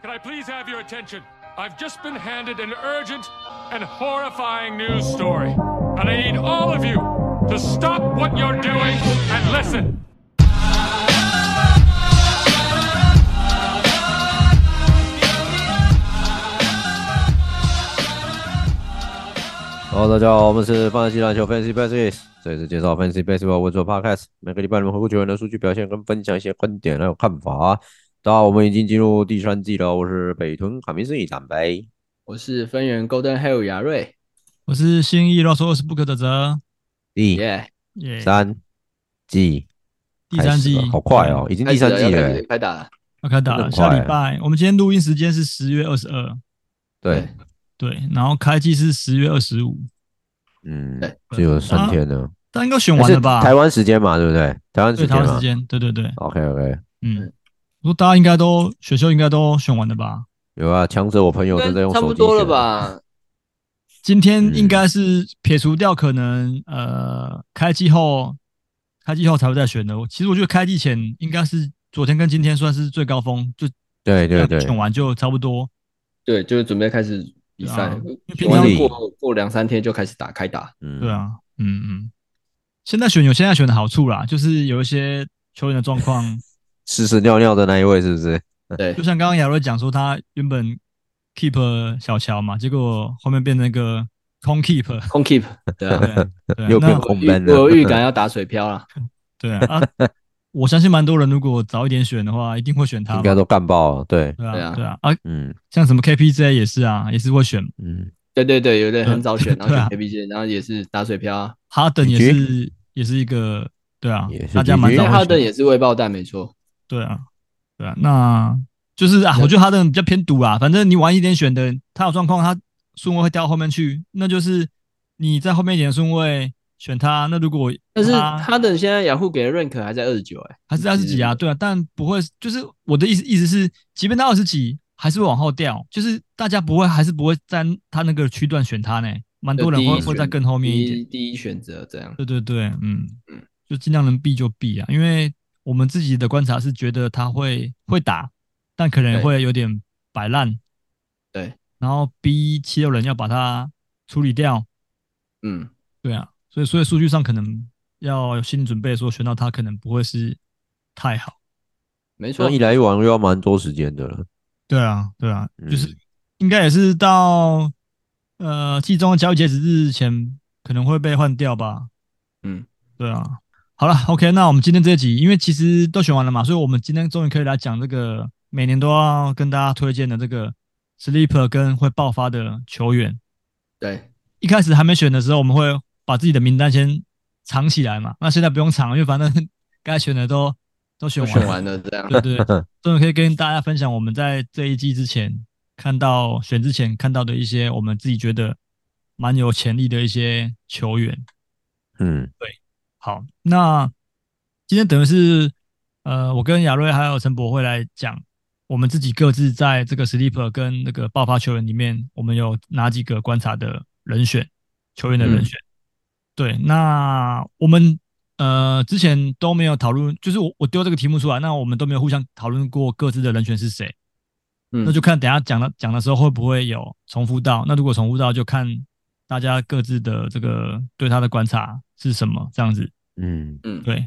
can I please have your attention? I've just been handed an urgent and horrifying news story. And I need all of you to stop what you're doing and listen. Hello，大家好，我们是放弃篮球 Fancy Baskets，这里是介绍 Fancy Baseball 文创 Podcast，每个礼拜我们回顾球员的数据表现跟分享一些观点还有看法。大家好，我们已经进入第三季了，我是北屯卡明斯与坦白。我是分园 Golden Hill 亚瑞，我是新意乱说二十不可的哲，第耶、耶、三季第开始了，三季好快哦，已经开第始三了季哎了要开欸始，开打了，要开打了，真的很下快啊礼拜我们今天录音时间是十月二十二，对，对，然后开季是十月二十五，嗯对，只有三天了，但应该哎选完还了是吧？台湾时间嘛，对不对？台湾对时台间湾时嘛间，对对对， ，OK OK，嗯，我说大家应该都选秀应该都选完了吧？有啊，强者我朋友正在用应该差手不机选，多了吧？今天应嗯该是撇除掉可能呃开季后，开季后才会再选的。我其实我觉得开季前应该是昨天跟今天算是最高峰，就对对对，选完就差不多。对，就是准备开始比赛对啊了，因为平平常常理过过两三天就开始打开打，嗯，对，啊，嗯嗯。现在选有现在选的好处啦，就是有一些球员的状况，屎屎尿尿的那一位是不是？对就，像刚刚亚瑞讲说，他原本 keep 小乔嘛，结果后面变成一个空 keep，空 keep，对 啊，对啊对啊又那变我空预门我了，有预感要打水漂了，对啊，啊我相信蛮多人如果早一点选的话，一定会选他嘛。应该都干爆了，对，对对啊，啊对啊，啊，嗯像什么 KPJ 也是啊，也是会选嗯，对对对，有的人很早选，然后对选啊 KBJ，然后也是打水漂啊，哈登也 PG 是也是一个对啊也，是大家蛮 PG 因早为会哈登选也是未爆弹，没错，对啊，对啊，那就是啊，我觉得哈登比较偏赌啦，反正你晚一点选的，他有状况，他顺位会掉到后面去，那就是你在后面一点的顺位选他，那如果但是他哈登现在雅虎给的认可还在二十九，哎，还是二十几啊，嗯对啊，但不会，就是我的意思意思是，即便到二十几，还是会往后掉，就是大家不会，还是不会在他那个区段选他呢，蛮多人呃就第会一会在选更后面一点第。第一选择这样，对对对，嗯嗯就尽量能避就避啊，因为我们自己的观察是觉得他会会打，但可能对会有点摆烂，对，然后逼七六人要把它处理掉，嗯，对啊，所以所以数据上可能要有心理准备，说选到他可能不会是太好。没错啊那，一来一往又要蛮多时间的了，对啊，对啊，就是嗯应该也是到呃季中的交易截止日前可能会被换掉吧。嗯，对啊。好了，OK，那我们今天这一集，因为其实都选完了嘛，所以我们今天终于可以来讲这个每年都要跟大家推荐的这个 sleeper 跟会爆发的球员。对，一开始还没选的时候，我们会把自己的名单先藏起来嘛。那现在不用藏了，因为反正 该选的都都选都完选完了这样，对啊对，对终于可以跟大家分享我们在这一季之前看到选之前看到的一些我们自己觉得蛮有潜力的一些球员。嗯，好，那今天等于是呃，我跟亚瑞还有陈博会来讲我们自己各自在这个 sleeper 跟那个爆发球员里面，我们有哪几个观察的人选球员的人嗯选。对，那我们呃之前都没有讨论，就是我我丢这个题目出来，那我们都没有互相讨论过各自的人选是谁。嗯那就看等一下讲的讲的时候会不会有重复到。那如果重复到，就看大家各自的这个对他的观察是什么，这样子。嗯，嗯，对，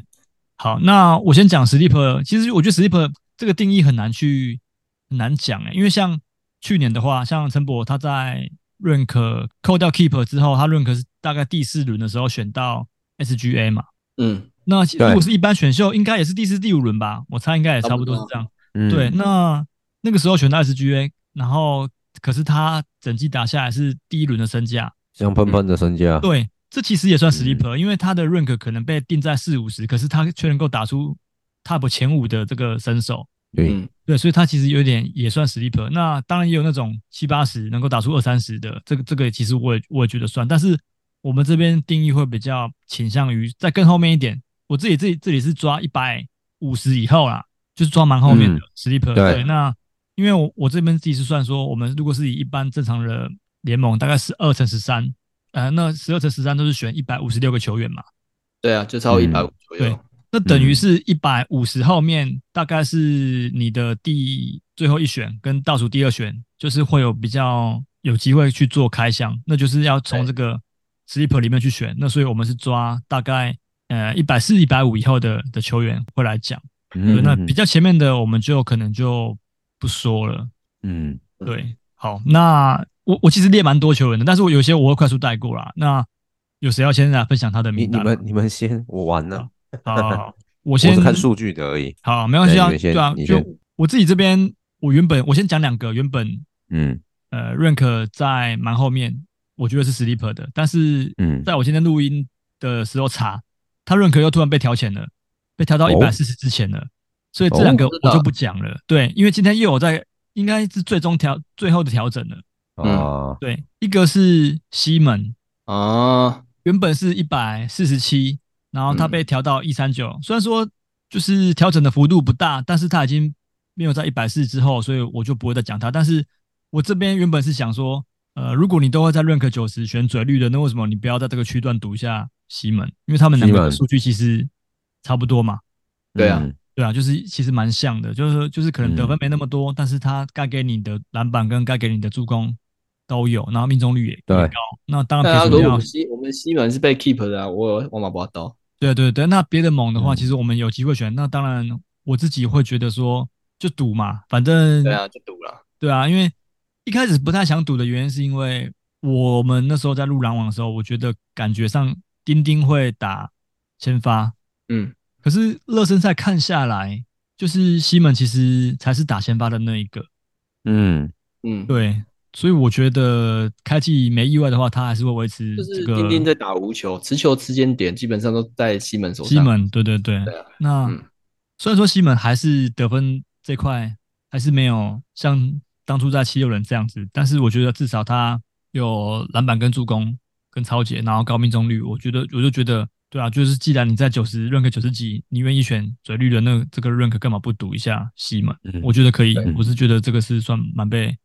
好，那我先讲 sleeper。其实我觉得 sleeper 这个定义很难去很难讲诶、欸因为像去年的话，像陈博他在认可扣掉 keeper 之后，他认可是大概第四轮的时候选到 SGA 嘛。嗯。那其如果对是一般选秀，应该也是第四、第五轮吧，我猜应该也差不多是这样。嗯对，，那那个时候选到 SGA，然后可是他整季打下来是第一轮的身价，香喷喷的身价，对，这其实也算 sleeper，、因为他的 rank 可能被定在四五十，可是他却能够打出 top 前五的这个身手，对，嗯，对，所以他其实有点也算 sleeper。那当然也有那种七八十能够打出二三十的，这个这个其实我也我也觉得算。但是我们这边定义会比较倾向于在更后面一点。我自己自己这里是抓一百五十以后啦，就是抓蛮后面的嗯 sleeper、对对，那因为我我这边自己是算说，我们如果是以一般正常的联盟，大概是二乘十三，呃，那十二乘十三都是选一百五十六个球员嘛。对啊，就超一嗯百五左右对。那等于嗯是一百五十后面，大概是你的第最后一选跟倒数第二选，就是会有比较有机会去做开箱，那就是要从这个 sleeper 里面去选。那所以我们是抓大概呃一百四、一百五以后的的球员会来讲。对嗯那比较前面的我们就可能就不说了。嗯对，好，那我我其实列蛮多球员的，但是我有些我会快速带过啦。那有谁要先来分享他的你名你单？啊们你们先，我完了，好好好，我我先只看数据的而已。好，没关系啊，对你先对啊，你就先我自己这边，我原本我先讲两个，原本嗯呃，rank 在蛮后面，我觉得是 sleeper 的，但是嗯在我今天录音的时候查，他 rank 又突然被调前了，被调到哦一百四十之前了，所以这两个哦真的我啊就不讲了。对，因为今天又有在，应该是最终调最后的调整了。啊对，一个是西门，啊，原本是一百四十七，然后他嗯被调到一三九。虽然说就是调整的幅度不大，但是他已经没有在一百四之后，所以我就不会再讲他。但是我这边原本是想说，呃，如果你都会在 rank 九十选嘴绿的，那为什么你不要在这个区段赌一下西门？因为他们两西个门数据其实差不多嘛。对啊嗯对啊，就是其实蛮像的，就是说就是嗯可能得分没那么多，但是他该给你的篮板跟该给你的助攻都有，然后命中率也也对高。那当对啊，然平可是时我要们西我们西门是被 keep 的啊，我有我马不刀。对对对，那别的猛的话，嗯其实我们有机会选。那当然，我自己会觉得说就赌嘛，反正对啊，就赌了。对啊因为一开始不太想赌的原因是因为我们那时候在录篮网的时候，我觉得感觉上丁丁会打先发，嗯，可是热身赛看下来，就是西门其实才是打先发的那一个，嗯嗯，对，所以我觉得开季没意外的话，他还是会维持就这是个丁丁在打无球，持球时间点基本上都在西门手上。西门，对对对，对啊那、嗯虽然说西门还是得分这块还是没有像当初在七六人这样子，但是我觉得至少他有篮板跟助攻跟超解，然后高命中率，我觉得我就觉得对啊，就是既然你在九十 rank 九十几，你愿意选嘴绿的那这个 rank 干嘛不赌一下西门？嗯我觉得可以对，我是觉得这个是算蛮被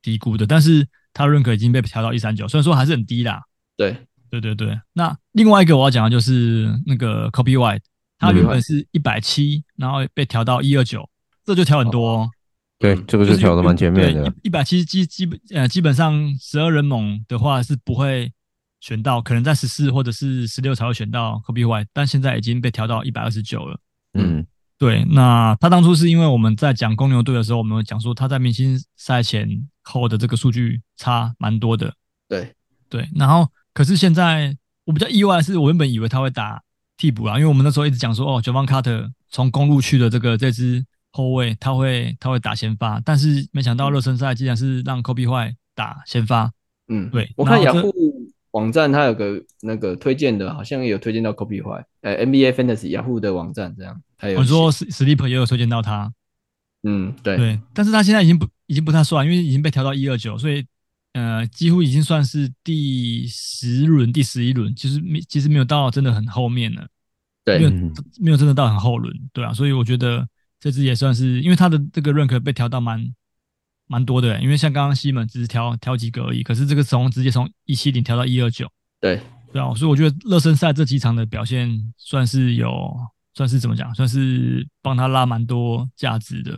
低估的，但是他 rank 已经被调到一三九，虽然说还是很低啦，对，对对对，那另外一个我要讲的就是那个 Kobe White，他原本是一百七，然后被调到一二九，这就调很多、哦。对，嗯这个就是调的蛮前面的。一百七基基本呃基本上十二人猛的话是不会选到，可能在十四或者是十六才会选到 Kobe White，但现在已经被调到一百二十九了。嗯对，那他当初是因为我们在讲公牛队的时候，我们有讲说他在明星赛前后的这个数据差蛮多的，对，对，然后可是现在我比较意外的是，我原本以为他会打替补啦，因为我们那时候一直讲说，哦，九方卡特从公路去的这个这支后卫，他会他会打先发，但是没想到热身赛竟然是让 Kobe 坏打先发，嗯，对我看然雅后这虎网站它有个那个推荐的，好像也有推荐到 Kobe 坏，呃，NBA Fantasy 雅虎的网站这样，它有我哦说写 Sleep 也有推荐到他，嗯，对，对，但是他现在已经不已经不太算，因为已经被调到一二九，所以呃，几乎已经算是第十轮、第十一轮，其实没其实没有到真的很后面了。对没有嗯没有真的到很后轮，对啊，所以我觉得这支也算是，因为他的这个 rank 被调到蛮蛮多的，因为像刚刚西门只是调调几个而已，可是这个从直接从一七零调到一二九，对，对啊，所以我觉得热身赛这几场的表现算是有，算是怎么讲，算是帮他拉蛮多价值的，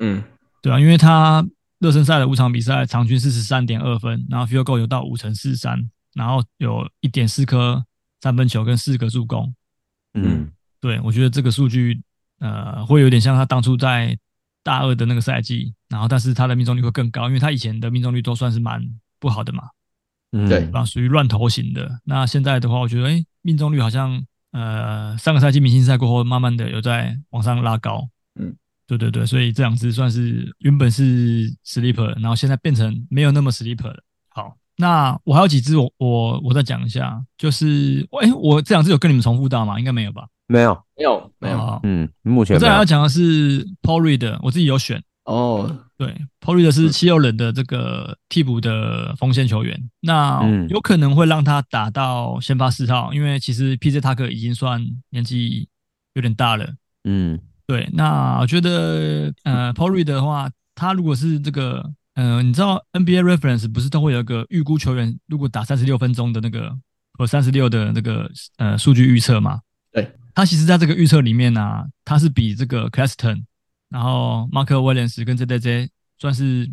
嗯，对啊，因为他热身赛的五场比赛场均是十三点二分，然后 field goal 有到五成四三，然后有一点四颗三分球跟四个助攻，嗯对，我觉得这个数据呃会有点像他当初在大二的那个赛季，然后但是他的命中率会更高，因为他以前的命中率都算是蛮不好的嘛，嗯，对啊，属于乱投型的。那现在的话，我觉得诶命中率好像呃上个赛季明星赛过后，慢慢的有在往上拉高。嗯，对对对，所以这两支算是原本是 sleeper，然后现在变成没有那么 sleeper 了。好，那我还有几支我我我再讲一下，就是诶，我这两支有跟你们重复到吗？应该没有吧？哦没有，没有没有好嗯，目前我没再来有要。讲的是 Paul Reed，我自己有选。哦，对 p o l i 的是七六人的这个替补的锋线球员，那嗯有可能会让他打到先发四号，因为其实 PJ 塔克已经算年纪有点大了。嗯对，那我觉得呃 p o l i 的话，他如果是这个呃，你知道 NBA Reference 不是都会有一个预估球员如果打三十六分钟的那个和三十六的那个呃数据预测吗？对，他其实在这个预测里面呢、啊，他是比这个 Claston，然后 Mark Williams 跟 JJJ 算是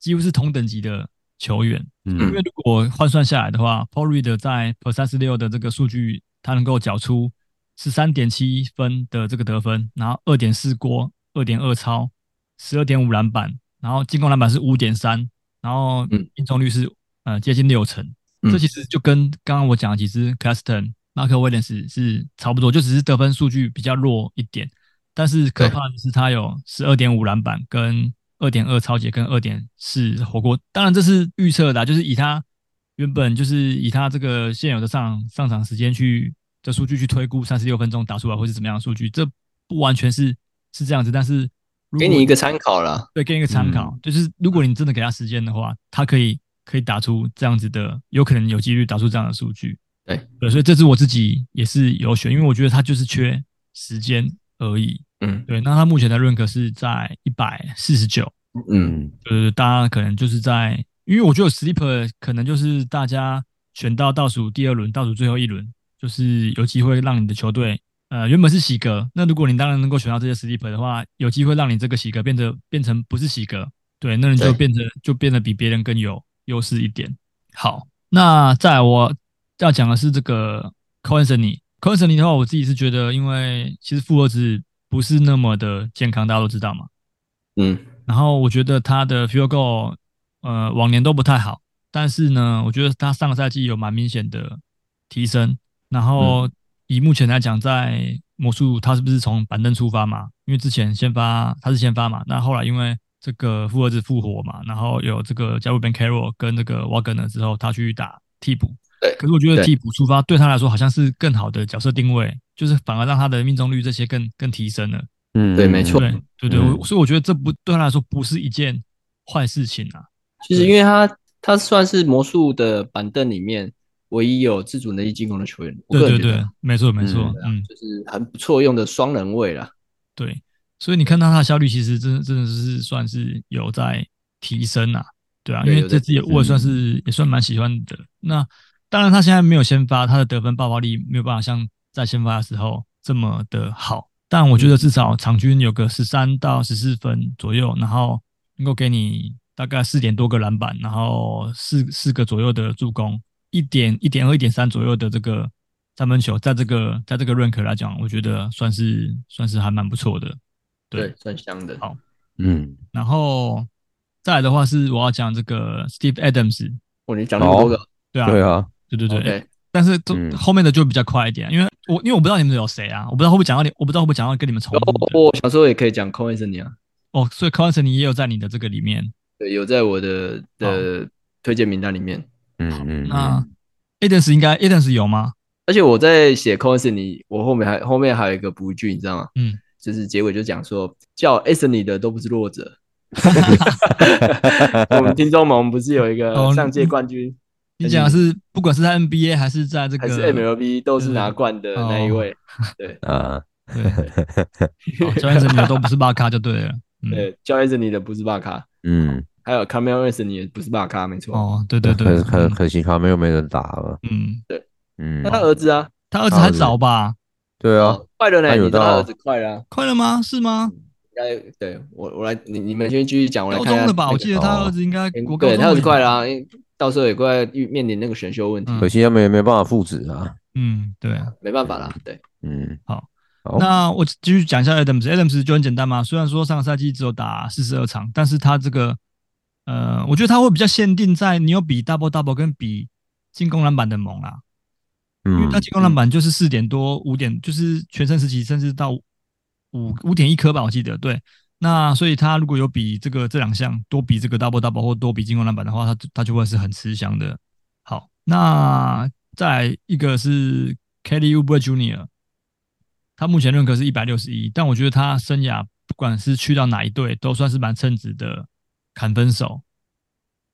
几乎是同等级的球员。因嗯为如果换算下来的话 p o r i 的在 per 三十六的这个数据，他能够缴出十三点七分的这个得分，然后二点四锅，二点二超，十二点五篮板，然后进攻篮板是五点三，然后嗯命中率是、呃接近六成。嗯这其实就跟刚刚我讲的几支 Claston、马克威廉斯是差不多，就只是得分数据比较弱一点。但是可怕的是，他有十二点五篮板、跟二点二超级、跟二点四火锅。当然这是预测的啊、就是以他原本就是以他这个现有的上上场时间去的数据去推估三十六分钟打出来会是怎么样的数据，这不完全是是这样子。但是如果给你一个参考啦。对，给你一个参考，就是如果你真的给他时间的话，他可以可以打出这样子的，有可能有几率打出这样的数据。对对，所以这次我自己也是有选，因为我觉得他就是缺时间而已。嗯对，那他目前的认可是在一百四十九，嗯，嗯呃，大家可能就是在，因为我觉得 sleeper 可能就是大家选到倒数第二轮、倒数最后一轮，就是有机会让你的球队，呃，原本是喜格，那如果你当然能够选到这些 sleeper 的话，有机会让你这个喜格变得变成不是喜格，对，那你就对变成就变得比别人更有优势一点。好，那再来我要讲的是这个 c o i n s o n y c o i n s o n y 的话，我自己是觉得，因为其实复合子不是那么的健康，大家都知道嘛。嗯然后我觉得他的 field goal，呃，往年都不太好，但是呢，我觉得他上个赛季有蛮明显的提升。然嗯后以目前来讲，在魔术他是不是从板凳出发嘛？因为之前先发他是先发嘛，那后来因为这个富儿子复活嘛，然后有这个加入 Ben Carroll 跟这个 w a g n e r 之后，他去打替补。对可是我觉得对替补出发对他来说好像是更好的角色定位，就是反而让他的命中率这些更更提升了。嗯，对没错对对对，嗯我所以我觉得这不对他来说不是一件坏事情啊。其实因为他他算是魔术的板凳里面唯一有自主能力进攻的球员，我对个对人觉对得，啊没错没错嗯，嗯，就是很不错用的双人位啦。对。所以你看到他的效率，其实真真的是算是有在提升啊，对啊，因对为有这在支也提嗯我也算升是也算蛮喜欢的。那当然他现在没有先发，他的得分爆发力没有办法像在先发的时候这么的好，但我觉得至少场均有个十三到十四分左右，然后能够给你大概四点多个篮板，然后四四个左右的助攻，一点一点二、一点三左右的这个三分球，在这个在这个 rank 来讲，我觉得算是算是还蛮不错的。对对，算香的。好嗯，然后再来的话是我要讲这个 Steve Adams，哦哇，你讲那么多个，对啊，对啊，对对对 OK，但是都、嗯后面的就比较快一点，因为我因为我不知道你们有谁啊，我不知道会不会讲到你，我不知道会不会讲到跟你们重然复后的哦我小时候也可以讲 c o i n s o n 啊，哦，所以 c o n s o n 你也有在你的这个里面。对，有在我的的推荐名单里面。嗯嗯，那 Adams 应该 Adams 有吗？而且我在写 c o i n s o n 我后面还后面还有一个补一句，你知道吗？嗯，就是结尾就讲说，叫 a s o n 的都不是弱 者。 我们听众盟不是有一哦个上届冠军，你讲的是不管是在 NBA 还是在这个哦还是 MLB 都是拿冠的那一位。对啊，对，哦 教练这里的都不是巴卡就对了。嗯，对，叫 a s o n 的不是巴卡，嗯，还有 Camel a s o n 也不是巴卡，没错。哦，对对对可，可嗯可惜他没有没人打了，嗯，嗯那，他儿子啊，他儿子还早吧？对啊，呃快了呢，他有你知道他到儿子快了啊。快了吗？是吗？应该对我我来你你们先继续讲，我来高看一下中了吧？那我个记得他儿子应该嗯国高对中他儿子快了了。啊，因为到时候也快遇面临那个选秀问题，嗯可惜他们也没办法复制啊，嗯，对。没办法啦。对，嗯，好，好，那我继续讲一下 Adams。Adams 就很简单嘛，虽然说上个赛季只有打四十二场，但是他这个呃，我觉得他会比较限定在你有比 double double 跟比进攻篮板的啊猛啦，因为嗯他进攻篮板就是四点多五点，就是全身时期甚至到五五点一颗吧，我记得对。那所以他如果有比这个这两项多比这个 double double 或多比进攻篮板的话，他他就会是很吃香的。好，那再来一个是 Kelly u b r e Junior。他目前认可是一百六十一，但我觉得他生涯不管是去到哪一队，都算是蛮称职的砍分手。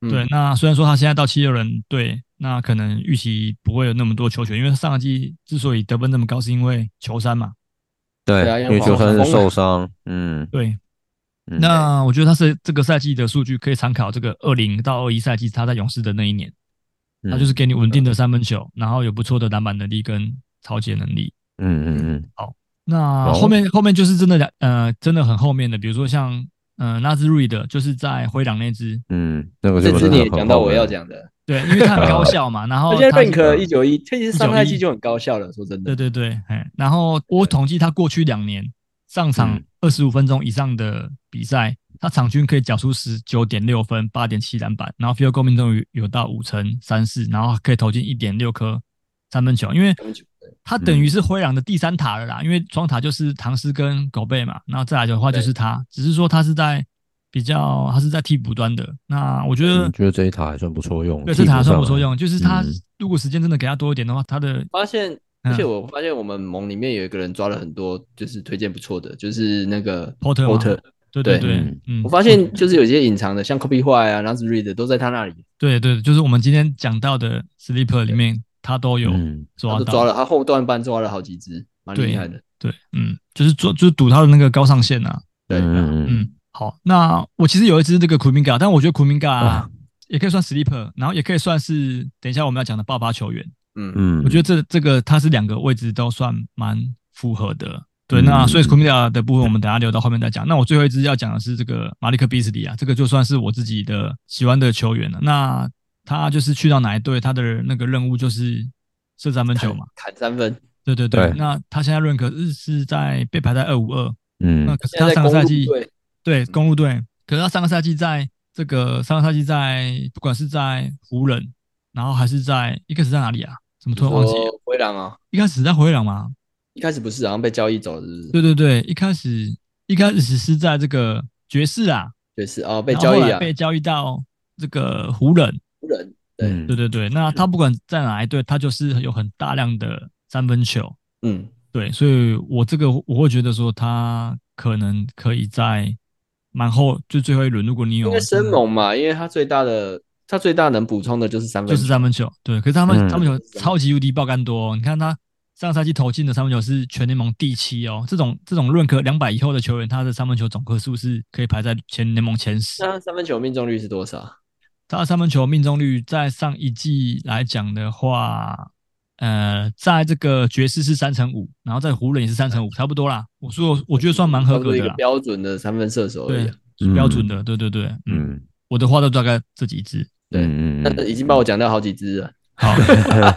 嗯对，那虽然说他现在到七六人队，那可能预期不会有那么多球权，因为上个季之所以得分那么高，是因为球衫嘛。对对啊因因为为球黄衫黄是蜂受伤，嗯，对，嗯那我觉得他是这个赛季的数据可以参考这个二零到二一赛季他在勇士的那一年，他就是给你稳定的三分球，然后有不错的篮板能力跟超解能力。嗯嗯嗯那哦后面、后面就是真的两呃真的很后面的，比如说像呃纳兹瑞的，就是在灰狼那支，嗯，那个这是次你也讲到我要，讲的，对，因为他很高效嘛，然后 而且哦他 rank 一九一，他其实上赛季191就很高效了。说真对的，对对，哎，然后我统计他过去两年上场嗯二十五分钟以上的比赛，他场均可以缴出十九点六分、八点七篮板，然后 field goal 命中率有到五成三四，然后可以投进一点六颗三分球，因为三分球对嗯他等于是灰狼的第三塔了啦，因为双塔就是唐斯跟狗贝嘛，然后再来的话就是他，只是说他是在比较他是在替补端的，那我觉得我嗯嗯觉得这一塔还算不错用，对替这补塔还算上不错来，用，就是他嗯如果时间真的给他多一点的话，他的发现，而嗯且我发现我们盟里面有一个人抓了很多，就是推荐不错的，就是那个 Porter 吗对对对对嗯，嗯我，发现就是有些隐藏的，像 Kobe 坏啊、Nas Reed 都在他那里，对对，就是我们今天讲到的 Sleeper 里面，他都有嗯抓他到，都抓了，他后段班抓了好几只，蛮厉害的。啊对，嗯，就是抓就是赌他的那个高上限啊，对，嗯嗯嗯，好，那我其实有一只这个 Kuminga，但我觉得 Kuminga 啊哇也可以算 Sleeper，然后也可以算是等一下我们要讲的爆发球员，嗯，嗯，我觉得这这个他是两个位置都算蛮符合的。对，那嗯所以 Kuminga 的部分我们等一下留到后面再讲。那我最后一支要讲的是这个马利克·比斯利啊，这个就算是我自己的喜欢的球员了。那他就是去到哪一队，他的那个任务就是射三分球嘛。砍三分，对对对。对那他现在认可是是在被排在二五二，那嗯可是现他在在上个公赛路季队对公路队，可是他上个赛季在这个上个赛季在不管是在湖人，然后还是在一开始在哪里啊？怎么突然忘记了？说灰狼啊，一开始在灰狼嘛，一开始不是好像被交易走了，是不是？对对对，一开始一开始是在这个爵士啊，对，是哦，被然后后交易来啊，被交易到这个湖人。湖人嗯对对对，那他不管在哪一队，他就是有很大量的三分球。嗯，对，所以我这个我会觉得说他可能可以在蛮后就最后一轮，如果你有啊因为生猛嘛，因为他最大的他最大能补充的就是三分，就是三分球，对，可是他们、嗯他们球超级无敌爆干多、哦，你看他。上赛季投进的三分球是全联盟第七哦，这种这种论科两百以后的球员，他的三分球总颗数是可以排在全联盟前十。那三分球命中率是多少？他的三分球命中率在上一季来讲的话，呃，在这个爵士是三成五，然后在湖人也是三成五，差不多啦。我说我觉得算蛮合格都是一的个啦，标准的三分射手而已对啊。，是标准的，对对对，嗯，嗯我的话都大概这几支。对嗯那已经把我讲到好几只了，好，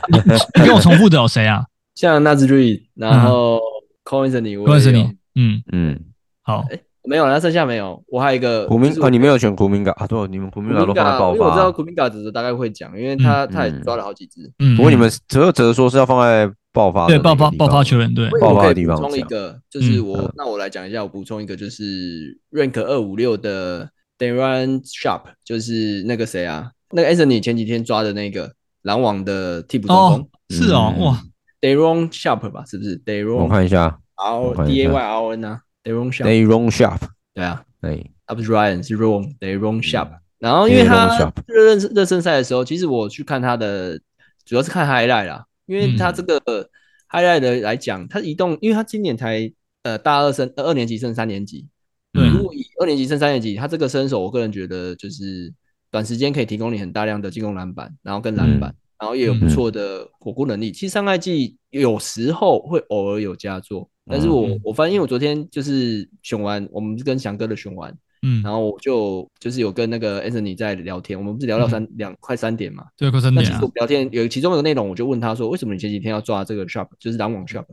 你你跟我重复的有谁啊？像 Nas Reed，然嗯后 c o i n s o n y 不认识你，嗯， 嗯，好，没有，那剩下没有，我还有一个苦明就是啊，你没有选苦明嘎啊？对，你们苦明嘎都放在 Kuminga，爆因为我知道发，嗯库明嘎只是大概会讲，因为他他也抓了好几只。嗯，不过你们折折说是要放在爆发的对那个爆发地爆发方球员对我，爆我发的可以地补方充一讲个，就是嗯我、那我来讲一下，我补充一个就是 rank 二五六的 Darren Sharp，就是那个谁啊，那个 Anthony 前几天抓的那个篮网的替补中锋、哦，是哦，嗯哇， Darren Sharp 吧，是不是我？Darren 看一下 R 我看 D 一 A 下 Y R O N 啊，Darren Sharp， ，They Run Sharp，对啊，哎，他不是 Ryan 是 Ron Darren Sharp，、然嗯后因为 Daron 他 Sharp 热热热身赛的时候，其实我去看他的，主要是看 highlight 啦，因为他这嗯个 highlight 的来讲，他移动，因为他今年才呃大二升呃二年级升三年级，对嗯如果以二年级升三年级，他这个身手，我个人觉得就是短时间可以提供你很大量的进攻篮板，然后跟嗯篮板，然后也有不错的火锅能力。其实上赛季有时候会偶尔有佳作，但是我、嗯我发现，因为我昨天就是选完，我们跟翔哥的选完。嗯，然后我就就是有跟那个 Anthony 在聊天，我们不是聊到三两、快三点嘛？最后嗯三那点其啊实我，们聊天有其中有个内容，我就问他说，为什么你前几天要抓这个 shop，就是篮网 shop？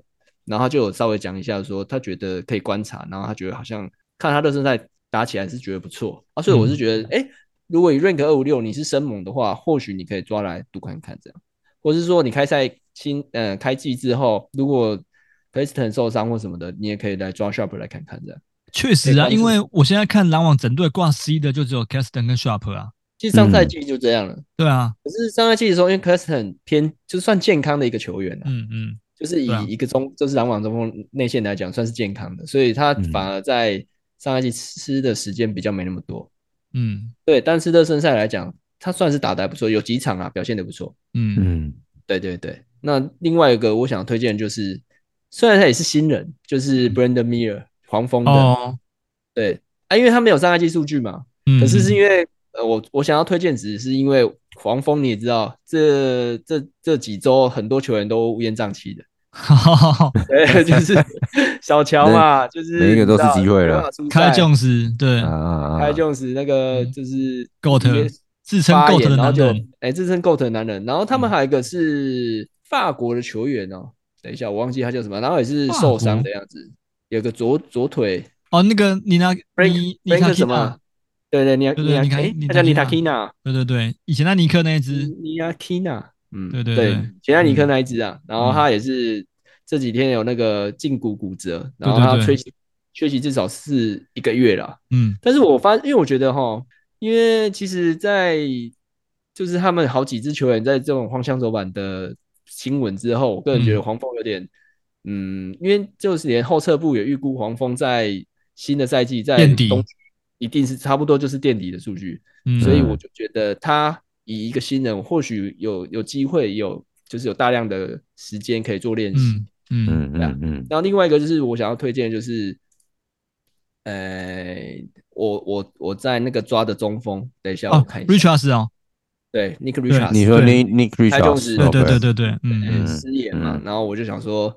然后他就有稍微讲一下说，他觉得可以观察，然后他觉得好像看他热身赛打起来是觉得不错啊，所以我嗯是觉得，哎、如果你 rank 二五六你是生猛的话，或许你可以抓来赌看看这样，或是说你开赛新呃开季之后，如果 Preston 受伤或什么的，你也可以来抓 shop 来看看这样。确实可以啊，关注因为我现在看篮网整队挂 C 的就只有 Caston 跟 Sharp 啊，其实上赛嗯季就这样了。对啊，可是上赛季的时候，因为 c l a s t o n 偏就算健康的一个球员啊，嗯嗯，就是以对啊一个中，就是篮网中锋内线来讲，算是健康的，所以他嗯反而在上赛季吃的时间比较没那么多。嗯对，但是热身赛来讲，他算是打得还不错，有几场啊表现得不错。嗯嗯对对对，那另外一个我想推荐的就是，虽然他也是新人，就是 Brandon Miller 黄蜂的，嗯哦，对啊，因为他没有上赛季数据嘛，嗯，可是 是因为呃，我我想要推荐，只是因为黄蜂你也知道，这这这几周很多球员都乌烟瘴气的，对，就是小乔嘛，就是每一个都是你知道机会了没办法出赛开琼斯对呃啊啊开啊！琼斯那个嗯就是直接，Goat 自称发 Goat 言的然后男就人，哎，自称 GOAT 的男人，然后他嗯们还有一个是法国的球员哦，等一下我忘记他叫什么，然后也是法受伤国的样子，有个左左腿哦，那个你拿你 Frank 你看 Frank 什么？啊对对，尼亚对尼对亚，尼卡哎尼，他叫尼塔塔基基纳，啊对对对，以前那尼克那一只，尼亚基纳，嗯，对对对对杰纳尼克嗯那一只啊，然后嗯他也是这几天有那个胫骨骨折，然后对他对缺席缺席至少是一个月了，嗯但是我发，因为我觉得哈，因为其实在，就是他们好几支球员在这种荒腔走板的新闻之后，我个人觉得嗯黄蜂有点，嗯因为就是连后撤部也预估黄蜂在新的赛季在垫底东区一定是差不多就是垫底的数据，嗯，所以嗯我就觉得他以一个新人，或许有有机会有就是有大量的时间可以做练习，嗯嗯嗯嗯嗯然后另外一个就是我想要推荐，的就是，呃，我我我在那个抓的中锋，等一下我哦看一下， ，Richard 是哦，对，Nick 嗯，你 Richards 说对 Nick Nick 开动是 Richards，对对 OK 对对对，嗯对嗯嗯失言嘛嗯，然后我就想说，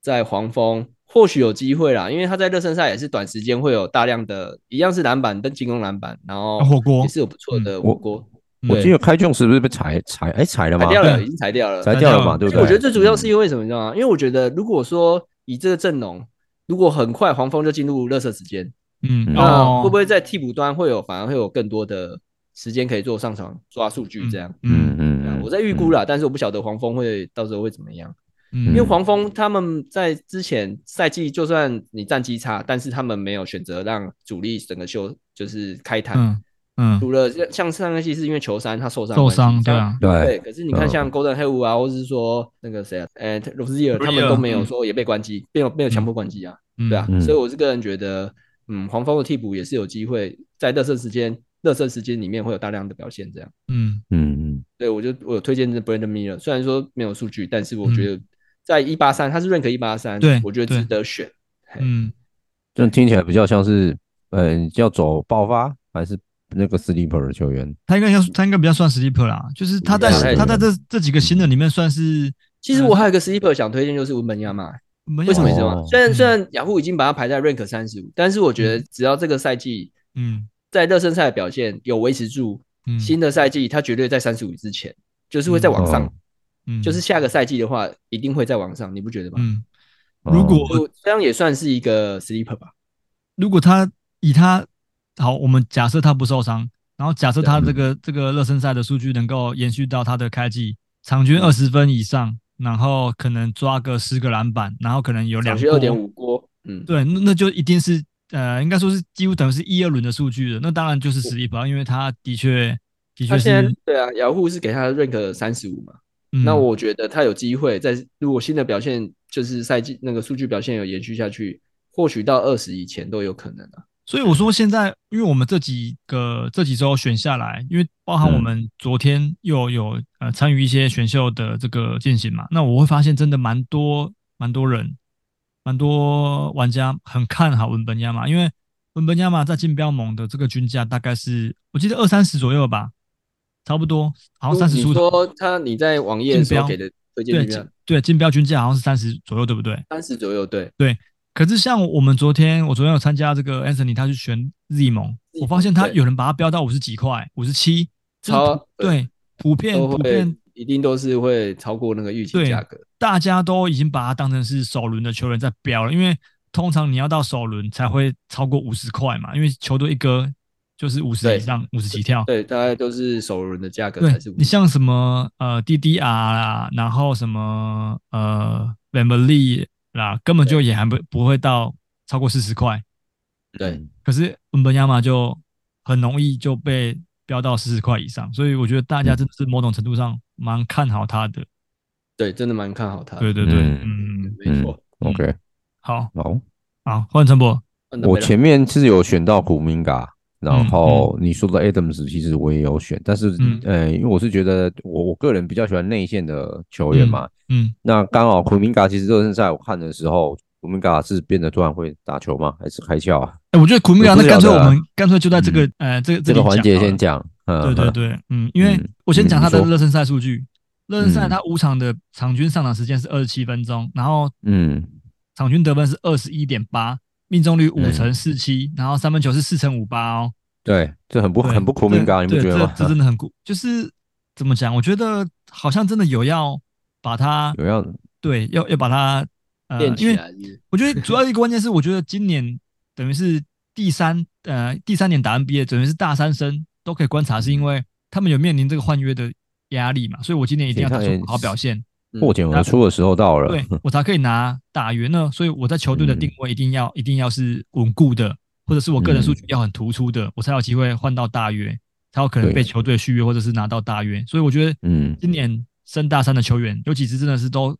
在黄蜂或许有机会啦，因为他在热身赛也是短时间会有大量的，一样是篮板跟进攻篮板，然后哦火锅嗯也是有不错的火锅，我对记得开卷是不是被裁裁哎裁了吗？裁掉了，对已经裁掉了，裁掉了嘛，裁掉了对因不对？为我觉得最主要是嗯因为什么，你知道吗？因为我觉得如果说以这个阵容，如果很快黄蜂就进入热射时间。嗯，那哦，会不会在替补端会有反而会有更多的时间可以做上场抓数据这样？嗯嗯嗯对啊嗯，我在预估啦，但是我不晓得黄蜂会到时候会怎么样，嗯，因为嗯黄蜂他们在之前赛季就算你战绩差，但是他们没有选择让主力整个秀就是开坛，嗯除了像像上个季是因为球衫他受伤的受关系伤对。像啊，对对，可是你嗯看，像 Golden h 啊，或是说那个谁啊，呃，罗斯基尔，他们都没有说也被关机，没有没有强迫关机啊。嗯对啊，嗯所以我是个人觉得，嗯，黄蜂的替补也是有机会在热身时间、热身时间里面会有大量的表现，这样。嗯嗯嗯对，我就我有推荐这 Brandon Miller，虽然说没有数据，但是我觉得在一八三，他是认可一八三，嗯对我觉得对值得选。嗯这样听起来比较像是嗯要走爆发还是那个 sleeper 的球员？他应该要他应该比较算 sleeper 啦，就是他在应该他在这这几个新人里面算是其实嗯我还有一个 sleeper 想推荐，就是文本亚马，为为什么你知道哦吗？虽然虽嗯然雅虎已经把他排在 rank 三十五，但是我觉得只要这个赛季嗯在热身赛的表现有维持住，嗯新的赛季他绝对在三十五之前，就是会再往上哦。嗯就是下个赛季的话，一定会再往上，你不觉得吗？嗯，哦如果就这样也算是一个 sleeper 吧。如果他以他好，我们假设他不受伤，然后假设他这啊个这个热身赛的数据能够延续到他的开季，场均二十分以上，然后可能抓个十个篮板，然后可能有两小学二点波五锅，嗯，对，那那就一定是呃，应该说是几乎等于是一二轮的数据了。那当然就是 sleeper，因为他的确的他确现在是，对啊，雅虎是给他 rank 三十五嘛，嗯那我觉得他有机会在如果新的表现就是赛季那个数据表现有延续下去，或许到二十以前都有可能啊。所以我说现在，因为我们这几个这几周选下来，因为包嗯含我们昨天又有呃参与一些选秀的这个进行嘛，那我会发现真的蛮多蛮多人，蛮多玩家很看好文本亚马，因为文本亚马在竞标盟的这个均价大概是我记得二三十左右吧，差不多，好像三十嗯你出头。说他你在网页的时竞标候给的推荐对里面对，竞标均价好像是三十左右，对不对？三十左右，对，可是像我们昨天，我昨天有参加这个 Anthony，他去选 Z 盟， Z 我发现他对有人把它标到五十几块，五十七，就是超普对，普遍都普会遍一定都是会超过那个预期对价格。大家都已经把它当成是首轮的球员在标了，因为通常你要到首轮才会超过五十块嘛，因为球队一哥就是五十对以上，五十起跳。对，大概都是首轮的价格对才是。你像什么呃 DDR 啦，然后什么呃 v a m b l e 啦，根本就也还不不会到超过四十块。对，可是文本亚马就很容易就被飙到四十块以上，所以我觉得大家真的是某种程度上蛮看好他的。对，真的蛮看好他的。对对对，嗯嗯，嗯没错。嗯 OK，好好，好，换陈博，换得我没了前面是有选到古明嘎，然后你说的 Adams 其实我也有选，但是嗯呃，因为我是觉得我我个人比较喜欢内线的球员嘛，嗯那刚好古明嘎其实热身赛我看的时候，古明嘎是变得突然会打球吗？还是开窍啊？哎，我觉得古米亚，我不那干脆晓得我啊嗯们干脆就在这个呃这个这里个环节讲好了先讲，对嗯，对对，嗯，因为嗯我先讲他的嗯你说热身赛数据，热身赛嗯他五场的场均上场时间是二十七分钟，然后嗯场均得分是二十一点八，命中率五成四七，然后三分球是四成五八哦，对，这很不对嗯很不苦明嘎，你对不觉得这吗？这真的很酷，就是怎么讲？我觉得好像真的有要把他有样，对要要把他呃，练因起为来是不是我觉得主要一个关键是，我觉得今年等于是第三呃第三年打 NBA，等于是大三生都可以观察，是因为他们有面临这个换约的压力嘛，所以我今年一定要打出好表现，嗯破茧而出的时候到了，对我才可以拿打援呢。所以我在球队的定嗯位一定要、一定要是稳固的，或者是我个人嗯数据要很突出的，我才有机会换到大约，才有可能对被球队续约或者是拿到大约。所以我觉得嗯今年升大三的球员，有几支真的是都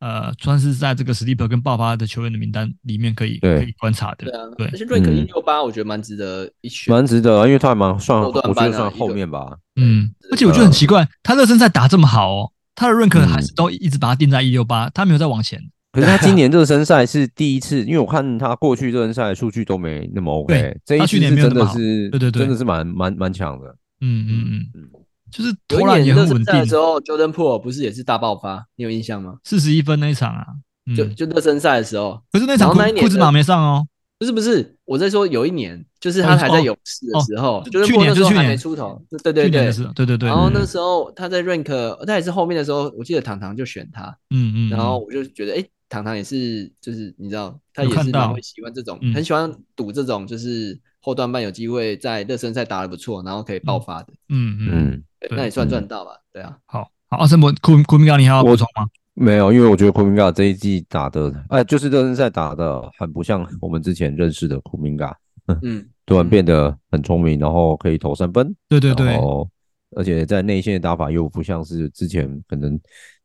呃，算是在这个史蒂普跟爆发的球员的名单里面可以对可以观察对的。啊，对而且瑞克一嗯六八，我觉得蛮值得一选。蛮值得啊，因为他还蛮算，后我段觉班啊得算一个后面吧，嗯，而且我觉得很奇怪，他热身赛打这么好哦，他的认可还是都一直把他定在一六八，他没有再往前。可是他今年热身赛是第一次，因为我看他过去热身赛的数据都没那么 OK，对这一他次去是年没有真那的么好是，对对对真的是蛮蛮蛮强的。嗯嗯嗯，就是有投一篮年也热很稳身赛的时定，候，Jordan Poole 不是也是大爆发，你有印象吗？四十一分那一场啊。嗯，就就热身赛的时候，可是那场然后库那一年库兹马没上哦。不是不是，我在说有一年，就是哦他你说还在哦勇士的时候哦，Jordan 去 Poole 年那时就候是去还年没出头，对对去年对的时候，对对对。然后嗯那时候他在 rank，他也是呃后面的时候，我记得糖糖就选他，嗯嗯，然后我就觉得，哎、糖糖也是，就是你知道，他有也是看到蛮会喜欢这种，嗯很喜欢赌这种，就是后段班有机会在热身赛打得不错，然后可以爆发的，嗯嗯嗯，嗯，对对那也算嗯赚到吧？对啊，好好，阿森伯库库米高，你还要补充吗？没有，因为我觉得库明嘎这一季打的，哎，就是热身赛打的很不像我们之前认识的库明嘎，嗯，突然变得很聪明，然后可以投三分，对对对然，后而且在内线的打法又不像是之前可能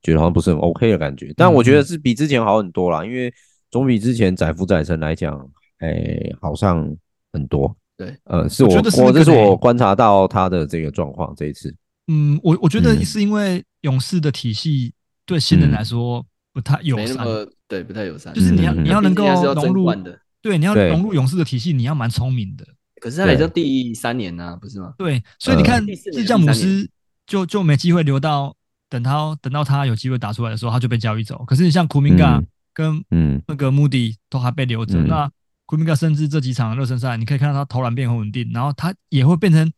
觉得好像不是很 OK 的感嗯觉，但我觉得是比之前好很多啦，因为总比之前载浮载沉来讲，哎，好上很多。对，呃，是我我觉得是我那个这是嘞我观察到他的这个状况，这一次，嗯，我我觉得嗯是因为勇士的体系对新人嗯来说不太友没那善，么对，不太友善，就是你要嗯嗯嗯你要能够毕竟他是要融争入冠，的，对，你要对融入勇士的体系，你要蛮聪明的，可是他也对就第三年呐、不是吗？对，所以你呃看第四年日降姆第三斯就就没机会留到等他等到他有机会打出来的时候，他就被交易走。可是你像库明嘎嗯跟嗯那个穆迪都还被留着。嗯那库明加甚至这几场热身赛，你可以看到他投篮变很稳定，然后他也会变成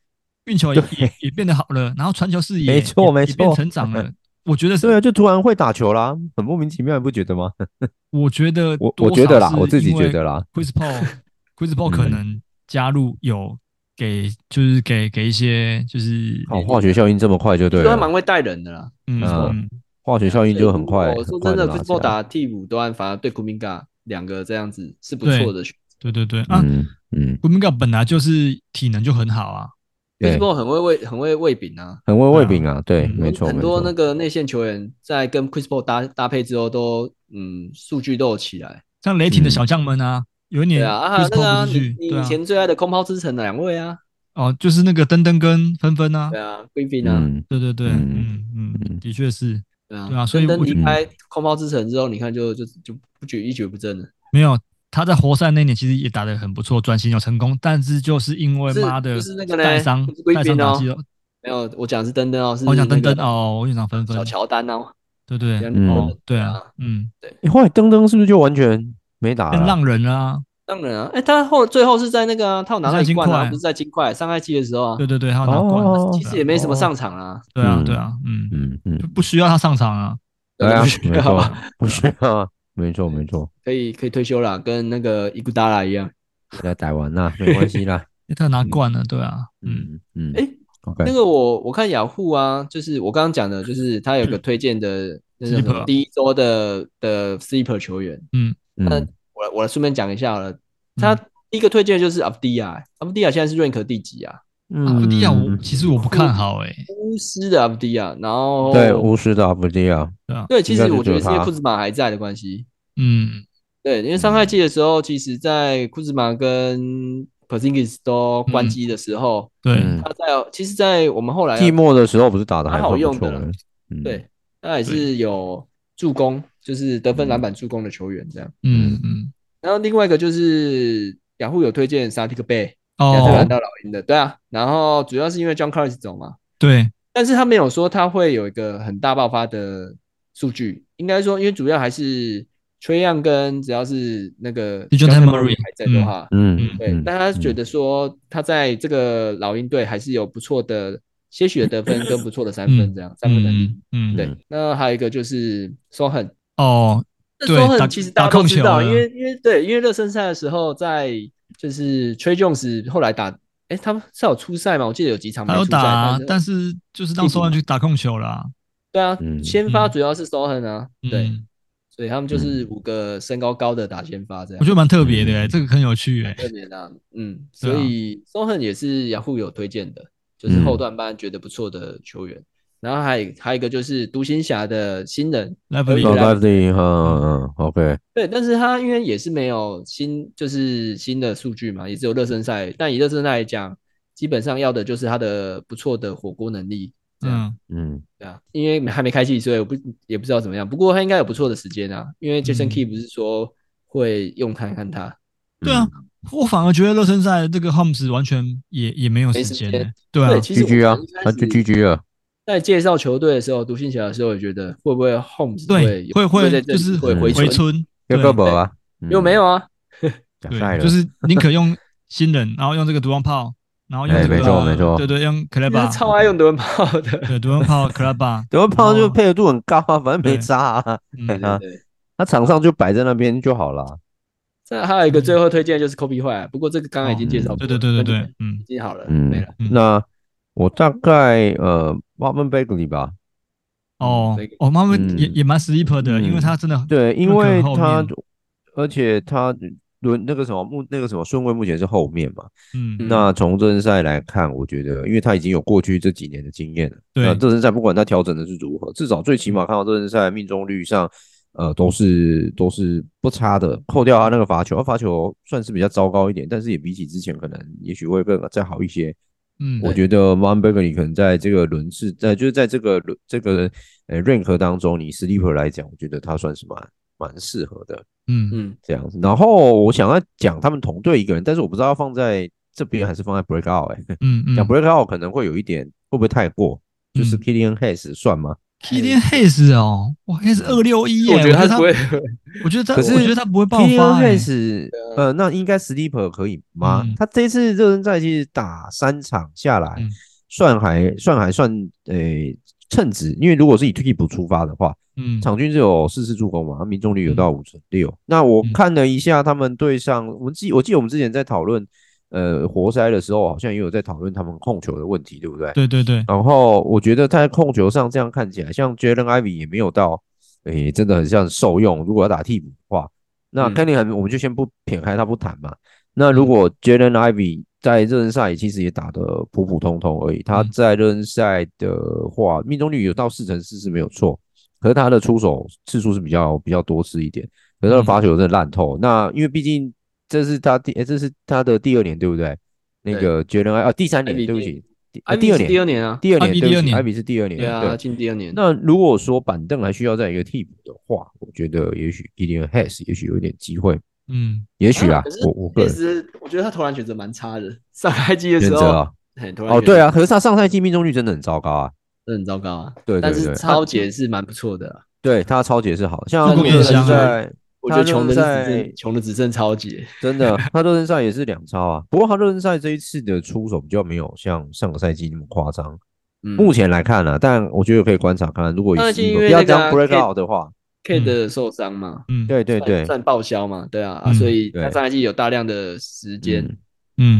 运球也也也变得好了，然后传球视野没错也没也变错成长了。我觉得是，对啊，就突然会打球啦，很莫名其妙，你不觉得吗？我觉得我多我觉得啦少，是我自己因为觉得啦， Chris Paul，Chris 嗯 Paul 可能加入有给就是给给一些就是哦，化学效应这么快就对啊所以他啊蛮了，会带人的啦，嗯嗯嗯化学效应就很快。我说很快真的就拿，Chris Paul 下来打替补端，反而对库明嘎两个这样子是不对错的选择。对对对啊，嗯嗯，库明加本来就是体能就很好啊，对 Chris，Paul 很会喂，很会喂饼啊。很会喂饼啊，对，嗯没错，很没多错那个内线球员在跟 Chris Paul 搭搭配之后都，嗯数据都有起来。像雷霆的嗯小将们啊，有一对年啊，啊还 Chris 有那个、啊、 Paul 不是你去你对以啊，前最爱的空抛之城的两位啊，哦，就是那个登登跟纷纷啊对，啊，Griffin 啊，嗯对对对，嗯嗯嗯嗯的确是对啊，对啊所以登我离觉得开空抛之城之后，你看就就就不举一蹶不振了。没有他在活塞那年其实也打得很不错，转型有成功，但是就是因为不是妈的不是那个嘞带伤不是贵带伤宾打哦击了，没有，我讲的是登登哦，是我想登登那个哦，我想讲纷纷小，乔丹哦，对对这样嗯哦对对啊啊，嗯，诶后来登登是不是就完全没打变了？浪人啊，当然啊，哎、他后最后是在那个、啊，他有拿到一冠好像金啊，块不是在金块上赛季的时候啊，对对对，还有拿冠哦，对啊其实也没什么上场啊，对啊嗯对啊，嗯，嗯嗯 就，不需要他上场啊，对啊，不需没要错啊，不需要啊，没错没错，可以可以退休了，跟那个伊古达拉一样。在台湾啦，没关系啦，因为他拿冠了，对啊，嗯， 嗯嗯，哎，OK，那个我我看雅虎啊，就是我刚刚讲的，就是他有个嗯推荐的那叫什 Sleeper 么第一周的的 sleeper 球员，嗯我来我来顺便讲一下好了，他第一个推荐的就是 Abdia，Abdia 现在是 rank 第几啊？阿布嗯，迪亚我其实我不看好欸诶、巫师的 f d 啊，然后对巫师的阿啊布迪亚，对，其应该实是我只觉有得是因为他库兹马还在的关啊系。嗯对，因为伤害季的时候，其实在库兹马跟 p e r s i n g i s 都关机的时候，对，嗯，他在其实，在我们后来寂寞的时候不是打的还哎蛮好算不用错的啦的，嗯，对，他也是有助攻，就是得分、篮板、助攻的球员这样。嗯嗯，然后另外一个就是雅虎有推荐沙迪克贝亚特兰哦，大老鹰的，对啊。然后主要是因为 John Collins 走嘛，对，但是他没有说他会有一个很大爆发的数据，应该说因为主要还是 t r e y o n 跟只要是那个 Dejounte Dejounte Murray，还在的话，嗯，对，嗯但他觉得说他在这个老鹰队还是有不错的些许的得分跟不错的三分这样、三分能力。嗯嗯，对，那还有一个就是说很，哦，那对说打很其实大家打控都知球道，的因为因为对，因为热身赛的时候在就是崔 Jones 后来打，哎，他们是有出赛吗？我记得有几场没他有出赛，打啊，但但是是就是让收完去打控球啦。对啊，嗯先发嗯主要是 s o h e n 啊，对，嗯，所以他们嗯就是五个身高高的打先发这我样觉。得蛮特别的、欸，这个很有趣诶、特别的，嗯，对啊所以 s o h e n 也是雅虎有推荐的，就是嗯后段班觉得不错的球员。然后还有还有一个就是独行侠的新人， Lively 对 l 啊 i v e l y 嗯嗯，OK，对，但是他因为也是没有新，就是新的数据嘛，也只有热身赛。但以热身赛来讲，基本上要的就是他的不错的火锅能力，这样嗯，嗯对啊。因为还没开季，所以我不也不知道怎么样。不过他应该有不错的时间啊，因为嗯 Jason Key 不是说会用看看他，对啊，我反而觉得热身赛这个 Homes 完全也也没有时间、没时欸间，对啊对，其实，GG 啊我们一开，始他就啊 GG 了，在介绍球队的时候，独行侠的时候，我觉得会不会 Homes 对，有会会在会这就里是会回回春，春，要对胳膊啊，又没有啊？讲对，赛了， 就是宁可用新人，然后用这个毒王炮，然后用哎这个没错没错对对，用他 Cleba，超爱用德文炮的，对毒王炮 Cleba，德文胖然就后配合度很高啊，反正对没差啊， 对嗯对对。他场上就摆在那边就好了，啊再还有一个最后推荐就是 Kobe 坏，不过这个刚刚已经介绍过了、嗯哦对对对对那 就对，嗯已经好了，嗯没了。嗯那我大概呃 m a r v i n Bagley 吧，哦这个哦，妈妈也嗯也蛮 sleeper 的，因为嗯他真的对，因那个为后他面而且他轮那个什么目那个什么顺位目前是后面嘛，嗯那从热身赛来看，我觉得，因为他已经有过去这几年的经验了，对那热身赛不管他调整的是如何，至少最起码看到热身赛命中率上，呃，都是都是不差的。扣掉他那个罚球，他啊罚球算是比较糟糕一点，但是也比起之前可能也许会更再好一些。嗯我觉得 m a n b e r g 你可能在这个轮次，在就是在这个轮这个呃 rank 当中，你 sleeper 来讲，我觉得他算是蛮蛮适合的。嗯嗯，这样子。然后我想要讲他们同队一个人，但是我不知道要放在这边还是放在 Breakout 哎、嗯嗯讲 Breakout 可能会有一点，会不会太过？就是 Killian Hayes 算吗？ ，Killian Hayes 哦，哇，Hayes 二六一耶，我觉得他他不会，我觉得他，可是我觉得他不会爆 Killian 发、欸。 Hayes 呃，那应该 Sleeper 可以吗？嗯他这次热身赛其实打三场下来，嗯算还算还算呃称职，因为如果是以 t i p 补出发的话，嗯，场均只有四次助攻嘛，命中率有到五成六。那我嗯看了一下他们对上，我们记我记得我们之前在讨论呃活塞的时候，好像也有在讨论他们控球的问题，对不对？对对对，然后我觉得他在控球上这样看起来，像 Jalen Ivy 也没有到，诶、真的很像受用。如果要打替补的话，那嗯 k e n n y 很，我们就先不撇开他不谈嘛。那如果 Jalen Ivy 在热身赛其实也打得普普通通而已，他嗯在热身赛的话，命中率有到四成四是没有错，可是他的出手次数是比较比较多次一点，可是他的嗯罚球真的烂透。那因为毕竟这是他第，诶这是他的第二年，对不对？那对个 Jalen 啊，第三年， Ivy 对不第起，第艾呃米第是二年，第二年啊，第二年，艾比对第不二起，年艾比是第二年，对啊，他进第二年，那如果说板凳还需要再一个替补的话，我觉得也许 Gideon Hayes 也许有一点机会，嗯也许啊可是，我我个其人实我觉得他投篮选择蛮差的，上开机的选时择候啊，，嘿投篮哦选择对啊，可是他上赛季命中率真的很糟糕啊，真的很糟糕啊。对对但对是超姐是蛮不错的啊，对他超级是好，像那他如果热香身啊赛，我觉得穷的只他热身赛剩穷的只剩超姐， 真的他热身赛也是两超啊，不过他热身赛这一次的出手比较没有像上个赛季那么夸张，嗯，目前来看呢、啊，但我觉得可以观察看看，如果以上赛季 Steven- 因不为要那这个样啊 break Kate- out 的话， K 的受伤嘛，嗯，对对对，算报销嘛，对啊，啊嗯所以他对上赛季有大量的时间，嗯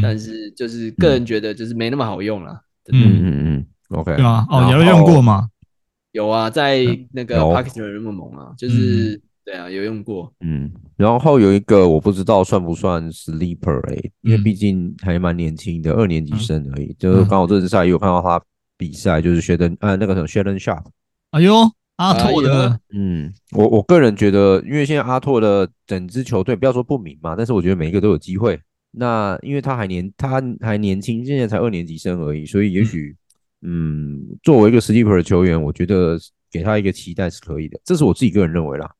嗯但是就是个人觉得就是没那么好用啦。真嗯的嗯，嗯嗯，OK，对啊，哦，然有人用后过嘛？有啊，在那个嗯有 Pocket 的人梦盟啊，就是对啊，有用过，嗯，然后有一个我不知道算不算 sleeper 哎、因为嗯毕竟还蛮年轻的，二年级嗯生而已。就是刚好这次赛也有看到他比赛，就是学登呃那个什么 Sheldon Sharp。哎呦，阿拓哎的，嗯，我我个人觉得，因为现在阿拓的整支球队不要说不明嘛，但是我觉得每一个都有机会。那因为他还年他还年轻，现在才二年级生而已，所以也许嗯作为一个 sleeper 的球员，我觉得给他一个期待是可以的，这是我自己个人认为啦。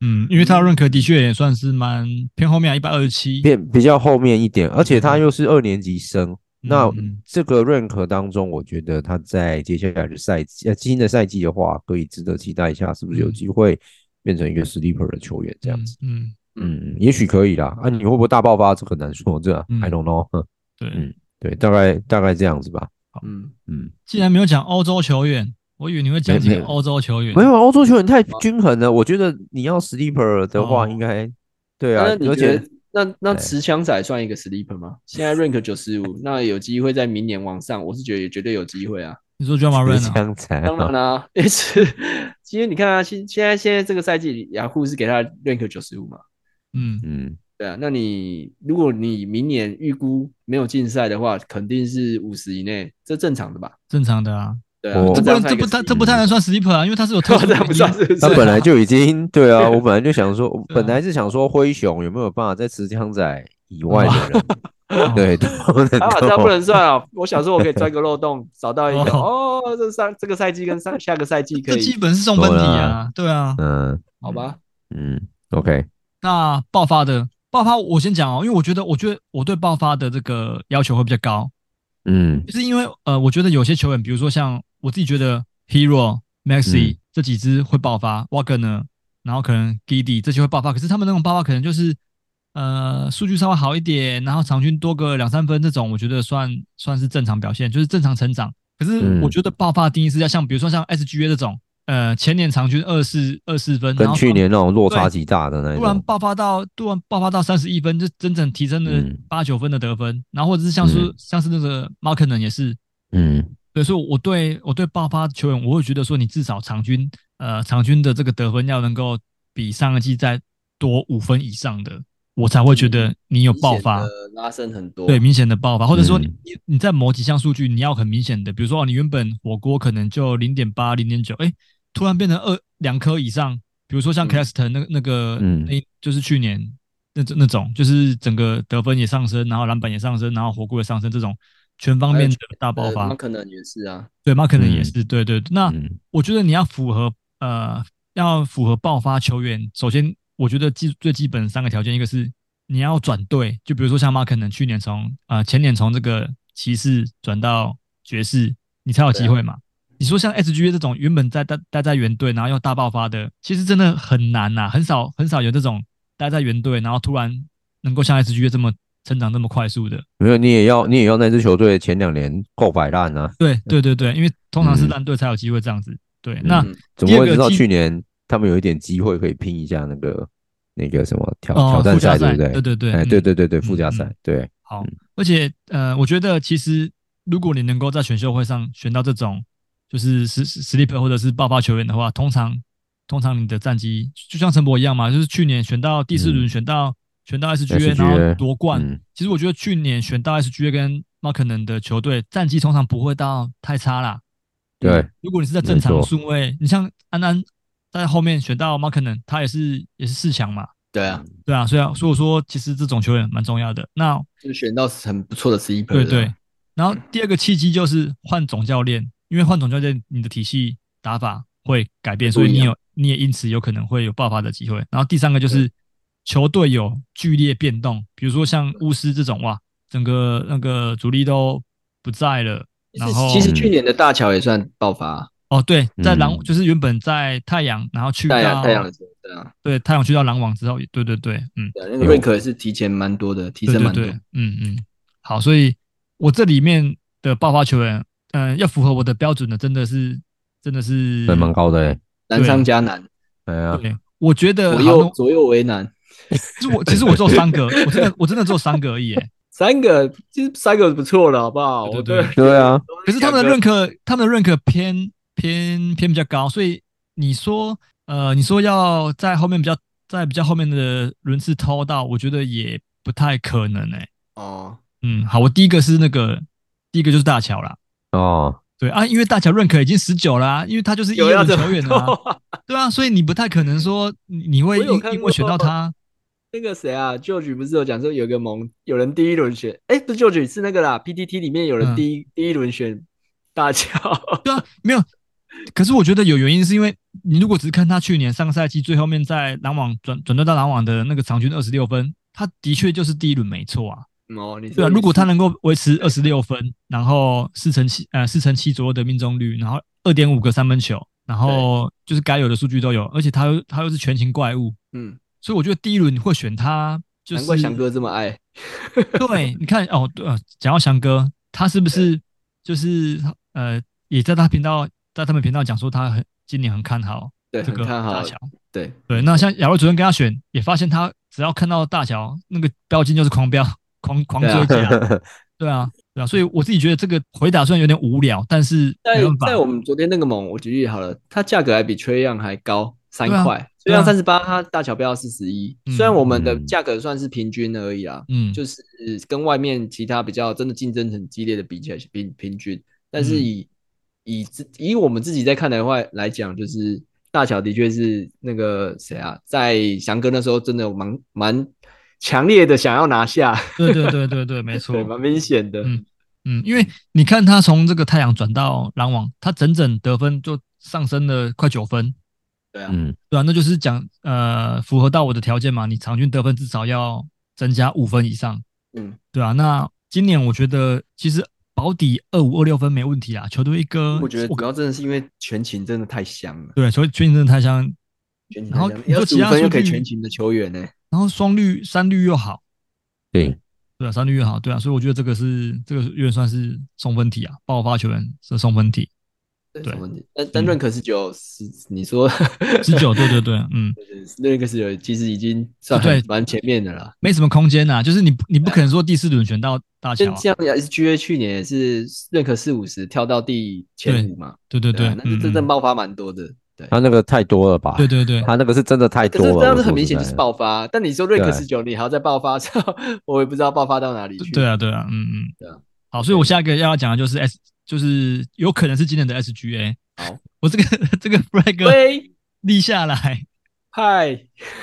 嗯，因为他的认可的确也算是蛮偏后面啊一百二十七，变比较后面一点，而且他又是二年级生，那嗯这个认可当中，我觉得他在接下来的赛季，呃，新的赛季的话，可以值得期待一下，是不是有嗯机会变成一个 sleeper 的球员这样子？，嗯，嗯嗯，也许可以啦。啊，你会不会大爆发？这很难说，这、嗯 I don't know 哼。对。嗯对，大概大概这样子吧。嗯，嗯，既然没有讲欧洲球员，我以为你会讲几没个没欧洲球员。没有，啊欧洲球员太均衡了。我觉得你要 sleeper 的话，哦应该、对啊那，你而且觉得那那对持枪仔算一个 sleeper 吗？现在 rank 九十五，那有机会在明年往上，我是觉得也绝对有机会 啊。你说 j o h n Moran 啊？枪才当然啦、也是，因为你看啊，现现在现在这个赛季，雅虎是给他 rank 九十五嘛，嗯，嗯，对啊，那你如果你明年预估没有竞赛的话，肯定是五十以内，这正常的吧？正常的啊，对啊，我这这不样能算这一个不太 sleeper 这不太能算 sleeper 啊，因为他是有特殊 这样原不因算是不 是他对本啊来就已经 对啊，我本来就想说，我对啊本来是想说灰熊有没有办法在持枪仔以外的人，哦 对，都能啊，这样够不能算啊！我想说，我可以钻个漏洞，找到一个哦哦，这上这个赛季跟上下个赛季可这以基，本是送分题啊，对啊。嗯好吧？嗯，OK，那爆发的爆发，我先讲哦，因为我觉得我觉得我对爆发的这个要求会比较高，嗯就是因为呃，我觉得有些球员，比如说像我自己觉得 Hero、Maxi、嗯这几支会爆发，Walker 呢，然后可能 Giddy 这些会爆发，可是他们那种爆发可能就是呃数据稍微好一点，然后场均多个两三分这种，我觉得算算是正常表现，就是正常成长。可是嗯我觉得爆发的定义是要像比如说像 SGA 这种，呃，前年场均二四二四分，然跟后去突然年那种落差极大的那一突然种，爆发到突然爆发到三十一分，就整整提升了嗯八九分的得分，然后或者是像是、嗯像是那个 m a r k 也是，嗯对，所以我对我对爆发球员，我会觉得说你至少场均呃场均的这个得分要能够比上个季再多五分以上的，我才会觉得你有爆发，嗯明显的拉伸很多，对，明显的爆发，或者说你、嗯你你在某几项数据你要很明显的，比如说、哦、你原本火锅可能就零点八、零点九，哎，突然变成二两颗以上，比如说像嗯 Claston 那那个，嗯那就是去年那那种，就是整个得分也上升，然后篮板也上升，然后火锅也上升，这种全方还有面的全大爆呃，发那，可能也是啊，对 m a r k 也嗯是，对对，对那。嗯我觉得你要符合呃，要符合爆发球员，首先我觉得基最基本三个条件，一个是你要转队，就比如说像马可能去年从呃前年从这个骑士转到爵士，你才有啊机会嘛。你说像 SGA 这种原本在待待在原队，然后又大爆发的，其实真的很难呐、很少很少有这种待在原队，然后突然能够像 SGA 这么成长这么快速的。没有，你也要你也要那支球队前两年够摆烂啊，对对对对，因为通常是嗯烂队才有机会这样子。对，那嗯怎么会第二个知道基去年他们有一点机会可以拼一下那个那个什么挑哦挑战附加赛，对赛不对？对对对哎，嗯对对对对，嗯附加嗯赛，对，好，而且呃，我觉得其实如果你能够在选秀会上选到这种就是实 sleeper 或者是爆发球员的话，通常通常你的战绩就像陈博一样嘛，就是去年选到第四轮，嗯选到选到 SGA， SGA 然后夺冠。嗯其实我觉得去年选到 SGA 跟 m a r k 的球队战绩通常不会到太差啦。对嗯，如果你是在正没常错顺位，你像安安在后面选到 m a r k 他也是也是四强嘛，对啊，对啊，所以啊所以我说其实这种球员蛮重要的。那就选到很不错的 sleeper，对的对，然后第二个契机就是换总教练，因为换总教练，你的体系打法会改变，所以你有你也因此有可能会有爆发的机会。然后第三个就是球队有剧烈变动，比如说像巫师这种哇，整个那个主力都不在了，其实然后其实嗯去年的大乔也算爆发啊，哦对，在狼、嗯就是原本在太阳，然后去太阳到太阳的时候，对啊，对太阳去到狼网之后，对对对，嗯，对啊，那个有 rank 也是提前蛮多的，提升蛮多对对对，嗯嗯，好，所以我这里面的爆发球员，嗯、要符合我的标准的，真的是真的是对，蛮高的欸，难上加难，哎呀，对，我觉得左好右左右为难，其实我其实我只有三个， 我真的我真的只有三个而已耶。三个其实三个不错了，好不好？对我对对对对啊，可是他们的认可，他们的认可偏偏偏比较高，所以你说呃，你说要在后面比较在比较后面的轮次偷到，我觉得也不太可能哎、哦，嗯，好，我第一个是那个，第一个就是大乔啦。哦，对啊，因为大乔认可已经十九啦，因为他就是一有六要的怎球员么啊，扣啊？对啊，所以你不太可能说你你会我有因看因过为选到他，那个谁啊，George 不是有讲说有个盟，有人第一轮选，哎，不是 George 是那个啦，PTT 里面有嗯人第一、第一轮选大乔， 对啊，没有。可是我觉得有原因，是因为你如果只是看他去年上赛季最后面在篮网转转转到篮网的那个场均二十六分，他的确就是第一轮没错啊。哦，你说对啊，你如果是他能够维持二十六分，然后四成七呃四成七左右的命中率，然后二点五个三分球，然后就是该有的数据都有，而且他又他又是全勤怪物，嗯，所以我觉得第一轮你会选他，就是难怪翔哥这么爱， 对，你看哦，对，呃讲到翔哥，他是不是就是呃，也在他频道，在他们频道讲说他很今年很看好对，这很个看好大，乔。对，对，那像亚瑞主任跟他选，也发现他只要看到大乔那个标金就是狂标、 狂狂对啊追加，对啊，对啊，所以我自己觉得这个回答虽然有点无聊，但是在没办法在，我们昨天那个盟，我举例好了，它价格还比缺样还高三对啊块，对缺啊样三十八，它大乔标四十一嗯，虽然我们的嗯价格算是平均而已啦，嗯，就是跟外面其他比较真的竞争很激烈的比起来是平平均，但是嗯以、以自以我们自己在看的话来讲，就是大乔的确是那个谁啊，在翔哥那时候真的蛮蛮强烈的想要拿下，对对对对对，没错 对，，蛮明显的，嗯嗯，因为你看他从这个太阳转到篮网，他整整得分就上升了快九分，对 啊，嗯，对啊，那就是讲呃，符合到我的条件嘛，你场均得分至少要增加五分以上，嗯，对啊。那今年我觉得其实保底二五二六分没问题啊啦，球队一哥，我觉得主要真的是因为全勤真的太香了。对，所以全勤真的太香，全勤嗯然后太香了你说要其主他分又数可以据全勤的球员呢、然后双绿三绿又好，对，对啊，三绿又好，对啊，所以我觉得这个是这个有点算是送分题啊，爆发球员是送分题，对对嗯什么问题？但但认可是九十，你说 十九，对对对，嗯，认可是有，其实已经算对很蛮前面的啦。没什么空间呐、就是你不你不可能说第四轮选到大乔、像啊，像 SGA 去年也是认可四五十跳到第前五嘛，对对对啊，那是真嗯正嗯爆发蛮多的。对，他那个太多了吧？对对对，他那个是真的太可多是了。这样子我说很明实显就在是的爆发，但你说瑞克对十九，你还要再爆发， 我也不知道爆发到哪里去。对啊，对啊，嗯嗯，对啊。好，所以我下一个要讲的就是 S，就是有可能是今年的 SGA。好， 我这个这个 flag 龟立下来，派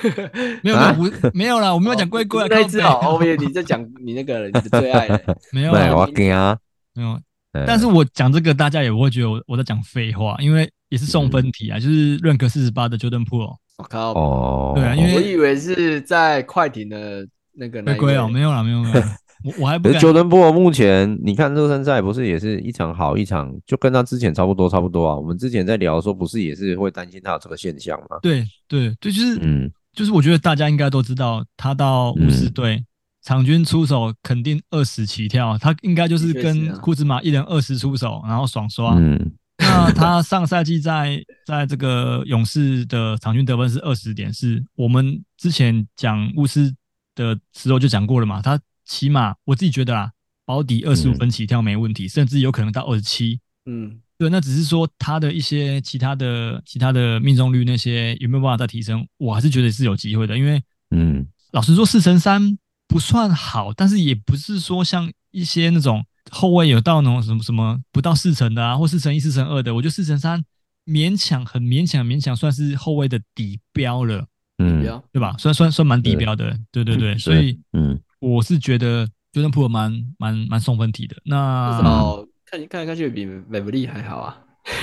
没啊有没有不没有啦，我没有讲龟龟啊，哦那一靠只背哦，欧耶，你在讲你那个了你的最 爱了， 没有没啦有，我给啊。没有，嗯但是我讲这个大家也不会觉得我我在讲废话，因为也是嗯送分题啊，就是认可四十八的 Jordan p o o 我靠，哦，对啊因为我以为是在快艇的那个那龟龟一哦，位没有啦没有没有， 我我还不可敢是，Jordan p o 目前你看热身赛不是也是一场好一场，就跟他之前差不多差不多啊。我们之前在聊说，不是也是会担心他有这个现象吗？对对对，就是嗯，就是我觉得大家应该都知道，他到五十队，场均出手肯定二十起跳，他应该就是的确是跟啊库兹马一人二十出手，然后爽刷。嗯，那他上赛季在在这个勇士的场均得分是二十点四，我们之前讲巫师的时候就讲过了嘛，他起码我自己觉得啦，保底二十五嗯分起跳没问题，甚至有可能到二十七。嗯，对，那只是说他的一些其他的、其他的命中率那些有没有办法再提升，我还是觉得是有机会的。因为嗯，老实说，四乘三不算好，但是也不是说像一些那种后卫有到那种什么什么不到四成的啊，或四乘一、四乘二的，我觉得四乘三勉强、很勉强、勉强算是后卫的底标了，不嗯，要对吧？算算算蛮底对标的，对对对，嗯所以嗯，我是觉得 Jordan p o 蛮蛮蛮送分题的。那至少看看来看去比美布利还好啊。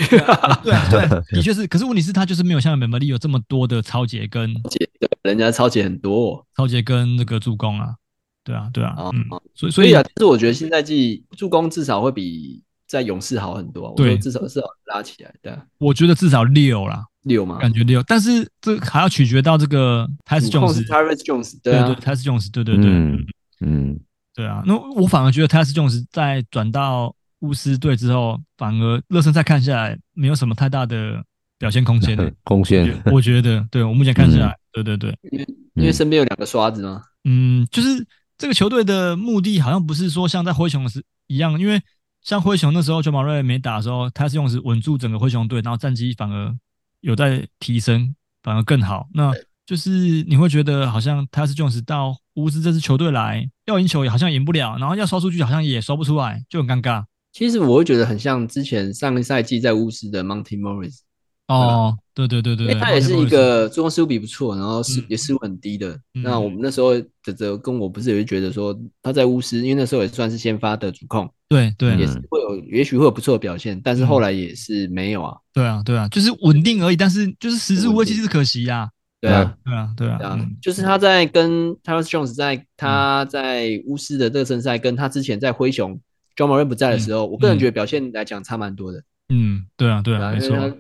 对啊，对，的确是。可是问题是，他就是没有像 m e m o r 有这么多的超节跟对，人家超级很多哦、超节跟那个助攻啊，对啊，对啊，哦嗯，所以所所以以啊，但是我觉得新赛季助攻至少会比在勇士好很多啊、我对说至少至少拉起来，对啊，我觉得至少六啦，六嘛，感觉六，但是这还要取决到这个 t y s 主 Jones，控是 Tyrese Jones，对对啊，对 t y s Jones，对对对，嗯嗯，，对啊。那我反而觉得 t y s Jones 在转到巫师队之后，反而热身赛看下来没有什么太大的表现空间、欸嗯贡献，我觉得，对我目前看下来，对对对，因为嗯身边有两个刷子嘛，嗯，就是这个球队的目的好像不是说像在灰熊是一样，因为像灰熊那时候九马瑞没打的时候，他是用是稳住整个灰熊队，然后战绩反而有在提升，反而更好。那就是你会觉得好像 t e s Jones 到乌兹这支球队来，要赢球也好像赢不了，然后要刷数据好像也刷不出来，就很尴尬。其实我会觉得很像之前上个赛季在巫师的 Monty Morris，哦，对对对对，因为对他也是一，个助攻失误比不错，然后失嗯也失误很低的。嗯那我们那时候哲哲跟我不是也会觉得说他在巫师，因为那时候也算是先发的主控，对对也是会有也许会有不错的表现，但是嗯后来也是没有啊。对啊对啊，就是稳定而已，但是就是食之无味，弃之可惜呀。对啊，对啊对啊对，啊嗯，就是他在跟 t y r e Jones 在他在巫师的热身赛，跟他之前在灰熊 John Moran 不在的时候，我个人觉得表现来讲差蛮多的。嗯，对啊嗯对对啊，啊，没因为错，他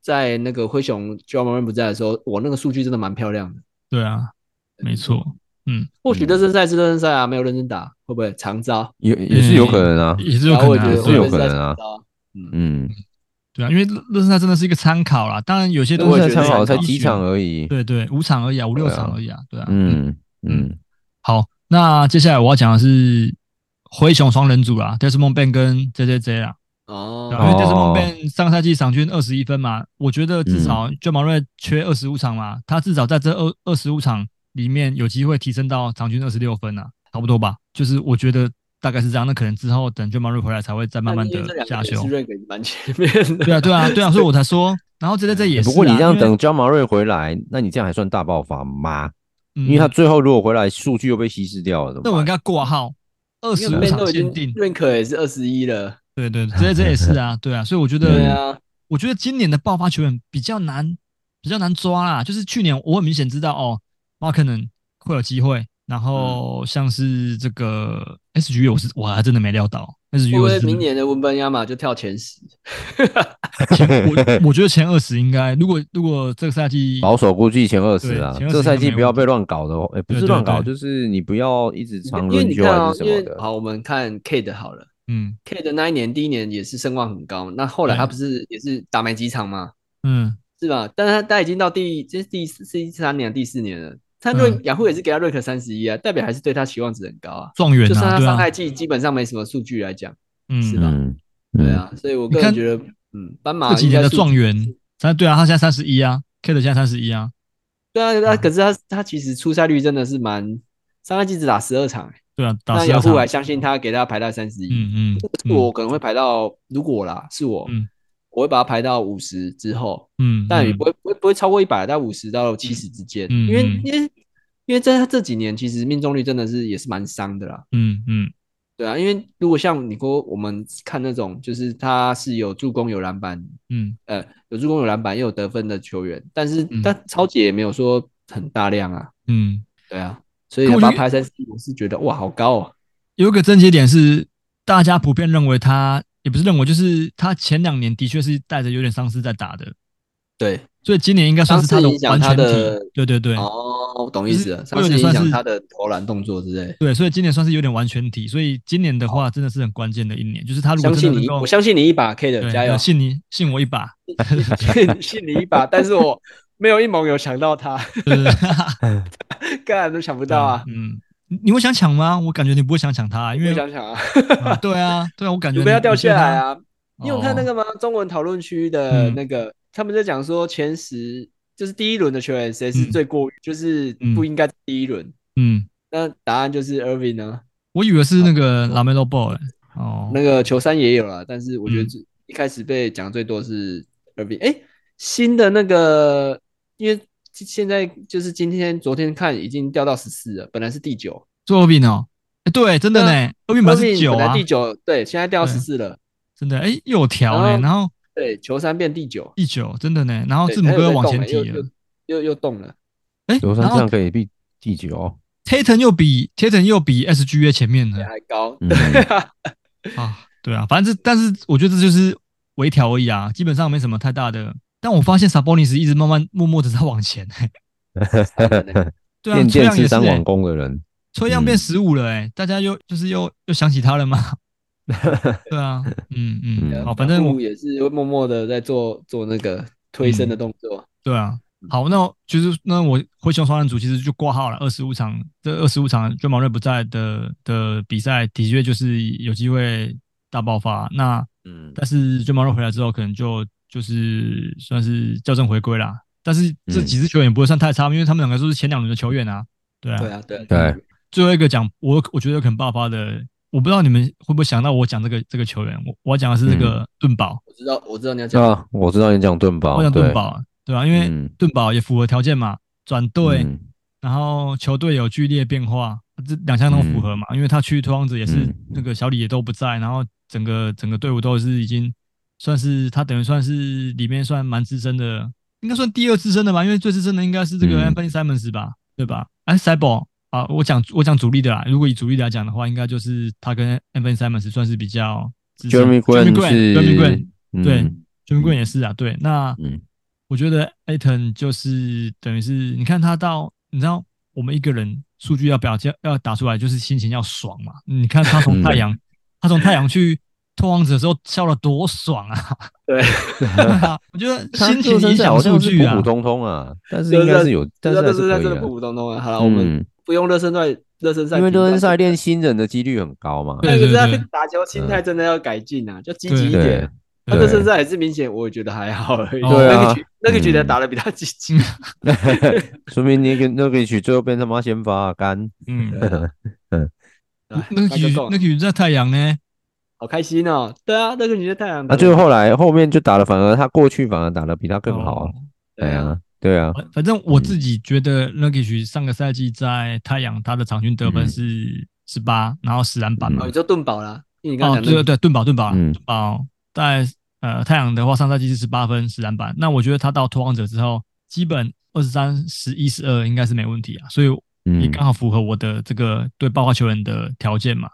在那个灰熊 John Moran 不在的时候，我那个数据真的蛮漂亮的。对啊，没错，嗯或许热身赛是热身赛啊，没有认真打，会不会长招？也也是有可能啊，也是有然后可我觉能得啊，是对有啊可能啊我觉得是在长招。嗯，对啊，因为热身赛真的是一个参考啦，当然有些对东我西也在觉得参考才是几场，而已，对对，五场而已啊，五六对啊场而已啊，对啊，嗯嗯好，那接下来我要讲的是灰熊双人组啦，Desmond Ben 跟 J J J 啦，哦对啊，因为哦嗯 Desmond Ben 上个赛季场均二十一分嘛，我觉得至少 j a m a r 缺二十五场嘛，他至少在这二二十五场里面有机会提升到场均二十六分啊，差不多吧，就是我觉得大概是这样，那可能之后等 j a m a r 回来才会再慢慢的但因为这两下个也修是，瑞给蛮前面 的。对啊，对啊，对啊，所以我才说，然后 J J J 也是啊、不过你这样因为等焦马瑞回来，那你这样还算大爆发吗？嗯因为他最后如果回来，数据又被稀释掉了，怎那么我应办？该挂号二十因为五 Ben 场都已啊限经定，认可也是二十一了。对对对，这这也是啊，对啊，所以我觉对得，啊，我觉得今年的爆发球员比较难，比较难抓啦。就是去年我很明显知道哦 m a r k 能会有机会，然嗯后像是这个 S G 我是我还真的没料到，S G 会不我会是明年的文班亚马就跳前十？ 我我觉得前二十应该，如果如果这个赛季保守估计前二十对啊，前20这赛季应该没不要问题被乱搞的哦，哎，不对是对乱搞，对就是你不要一直长因为轮你休看还啊是，什因么为的。好，我们看 K 的好了嗯，K 的那一年第一年也是声望很高，那后来他对不是也是打没几场吗？嗯是吧？但是他他已经到第这是第四第三年第四年了，他瑞、嗯雅虎也是给他瑞克三十一啊，代表还是对他期望值很高啊。状元就算啊，他对上啊，赛季基本上没什么数据来讲，是嗯吧嗯，对嗯，啊，所以我你个人看觉得，嗯，斑马这几应该年的数据状元，他对啊，他现在三十一啊，K 的现在三十一啊，对啊，那可是他他其实出赛率真的是蛮，上赛季只打十二场、欸，对啊，打那十雅二虎场，还相信他，给他排到三十一，嗯嗯，是我可能会排到，如果啦，是我，嗯我会把它排到五十之后，嗯，但也嗯不会不会不会超过一百，在五十到七十之间，嗯因为嗯因为因为在他这几年其实命中率真的是也是蛮伤的啦，嗯嗯对啊，因为如果像你说我们看那种就是他是有助攻有篮板，嗯呃，有助攻有篮板又有得分的球员，但是嗯他超姐也没有说很大量啊，嗯，对啊，所以可我觉把得它排三十，我是觉得哇好高哦，有一个症结点是，大家普遍认为他也不是认为，就是他前两年的确是带着有点伤势在打的，对，所以今年应该算是的伤势影响完全他体的。对对对，哦，我懂意思了，就是上会有次点影算响是他的投篮动作之类。对，所以今年算是有点完全体。所以今年的话，真的是很关键的一年，就是他如果哦真相信的能你，够我，相信你一把 K 的，对加油！对信你信我一把，信 信你一把，但是我没有一盟有抢到他， 对对对，嗯根本都抢不到啊！嗯，你你会想抢吗？我感觉你不会想抢他，因我为想想啊，嗯对啊对啊，我 感觉准备要掉下来啊。啊！你有看那哦个吗？中文讨论区的嗯那个，他们在讲说前十就是第一轮的球员谁是嗯最过于，就是不应该第一轮。嗯，那答案就是 Irving 呢，我以为是那个 Lamelo Ball 欸哦，那个球三也有了，但是我觉得嗯最一开始被讲最多是 Irving。哎，新的那个，因为现在就是今天、昨天看已经掉到十四了，本来是第九。做二饼哦，哎、对，真的对呢，二饼本来是九本啊来第，九，对，现在掉到对十四了，真的，哎、又有调呢，然后然后对，球三变第九，第九，真的呢，然后对哦字母他又哥在往动前了提又了又，又又动了，哎、刘然三这后样可以第第九哦， Tatum 又比 Tatum 又比 SGA 前面呢也还高， 嗯啊，对啊，反正这但是我觉得这就是微调而已啊，基本上没什么太大的。但我发现 Sabonis 一直慢慢默默的在往前、欸，对啊，练崔剑样也是是、三欸网，攻的人，崔样变嗯十五了、欸，大家又就是又又想起他了 吗？对啊，嗯嗯，嗯好，反正我布也是会默默的在做做那个推升的动作，对啊，嗯好，那我就是那我灰熊双人组其实就挂号了，二十五场，这二十五场追毛瑞不在的的比赛，的确就是有机会大爆发。那嗯但是追毛瑞回来之后，可能就就是算是校正回归啦，但是这嗯几支球员也不会算太差，因为他们两个都是前两轮的球员啊。对啊，对啊，对啊，对，最后一个讲我我觉得有可能爆发的，我不知道你们会不会想到我讲这个这个球员，我我要讲的是这嗯个盾宝，我知道，我知道你要讲，啊，我知道你讲盾宝，我讲盾对，宝啊，对啊，因为嗯盾宝也符合条件嘛，转队，嗯然后球队有剧烈变化，这两项都符合嘛，因为他去拓荒者也是嗯那个小李也都不在，然后整个整个队伍都是已经算是他等于算是里面算蛮资深的，应该算第二资深的吧，因为最资深的应该是这个嗯 Anthony Simons 吧，对吧？哎 c y b o 啊，我讲我讲主力的啦，如果以主力来讲的话，应该就是他跟 Anthony Simons 算是比较资深。 ，Jeremy Jeremy Grant 是 Jeremy Grant 对嗯 Jeremy Grant 也是啊，对，那嗯我觉得 Aton 就是等于是，你看他到，你知道我们一个人数据要表现要打出来，就是心情要爽嘛。你看他嗯从太 阳，他从太阳去拓荒者的时候笑得多爽啊！ 对，对啊，我觉得 他心热情身影赛响好数像是据啊普普。通通啊，但是热应该身是有，但啊知是道还这是是在可以真的的普。普通通啊。好了，我们嗯，不用热身赛，热身赛因为评判热身赛练新人的几率很高嘛。对但是他对嗯打球心态真的要改进啊，就积极一对点。他对哦这身赛也是明显，我觉得还好而已。对啊那个局那个局的嗯打的比他积极。 说明你给那个曲最后变他妈先发啊干。嗯，哎那个大家雨够了那个雨在太阳呢，好开心哦！对啊，那个女的太阳那打得最后后来后面就打的，反而他过去反而打的比他 更好啊。哎对对啊，啊，对啊，哦反反正我自己觉得 n u g i 上个赛季在太阳他的场均得分嗯是十八，然后十篮板嘛哦，你，就盾宝啦，因为你刚哦，刚对讲对的对，盾宝盾宝嗯盾宝，在呃太阳的话，上赛季是十八分十篮板，那我觉得他到拓荒者之后，基本二十三、十一、十二应该是没问题啊，所以也嗯，刚好符合我的这个对爆发球员的条件嘛。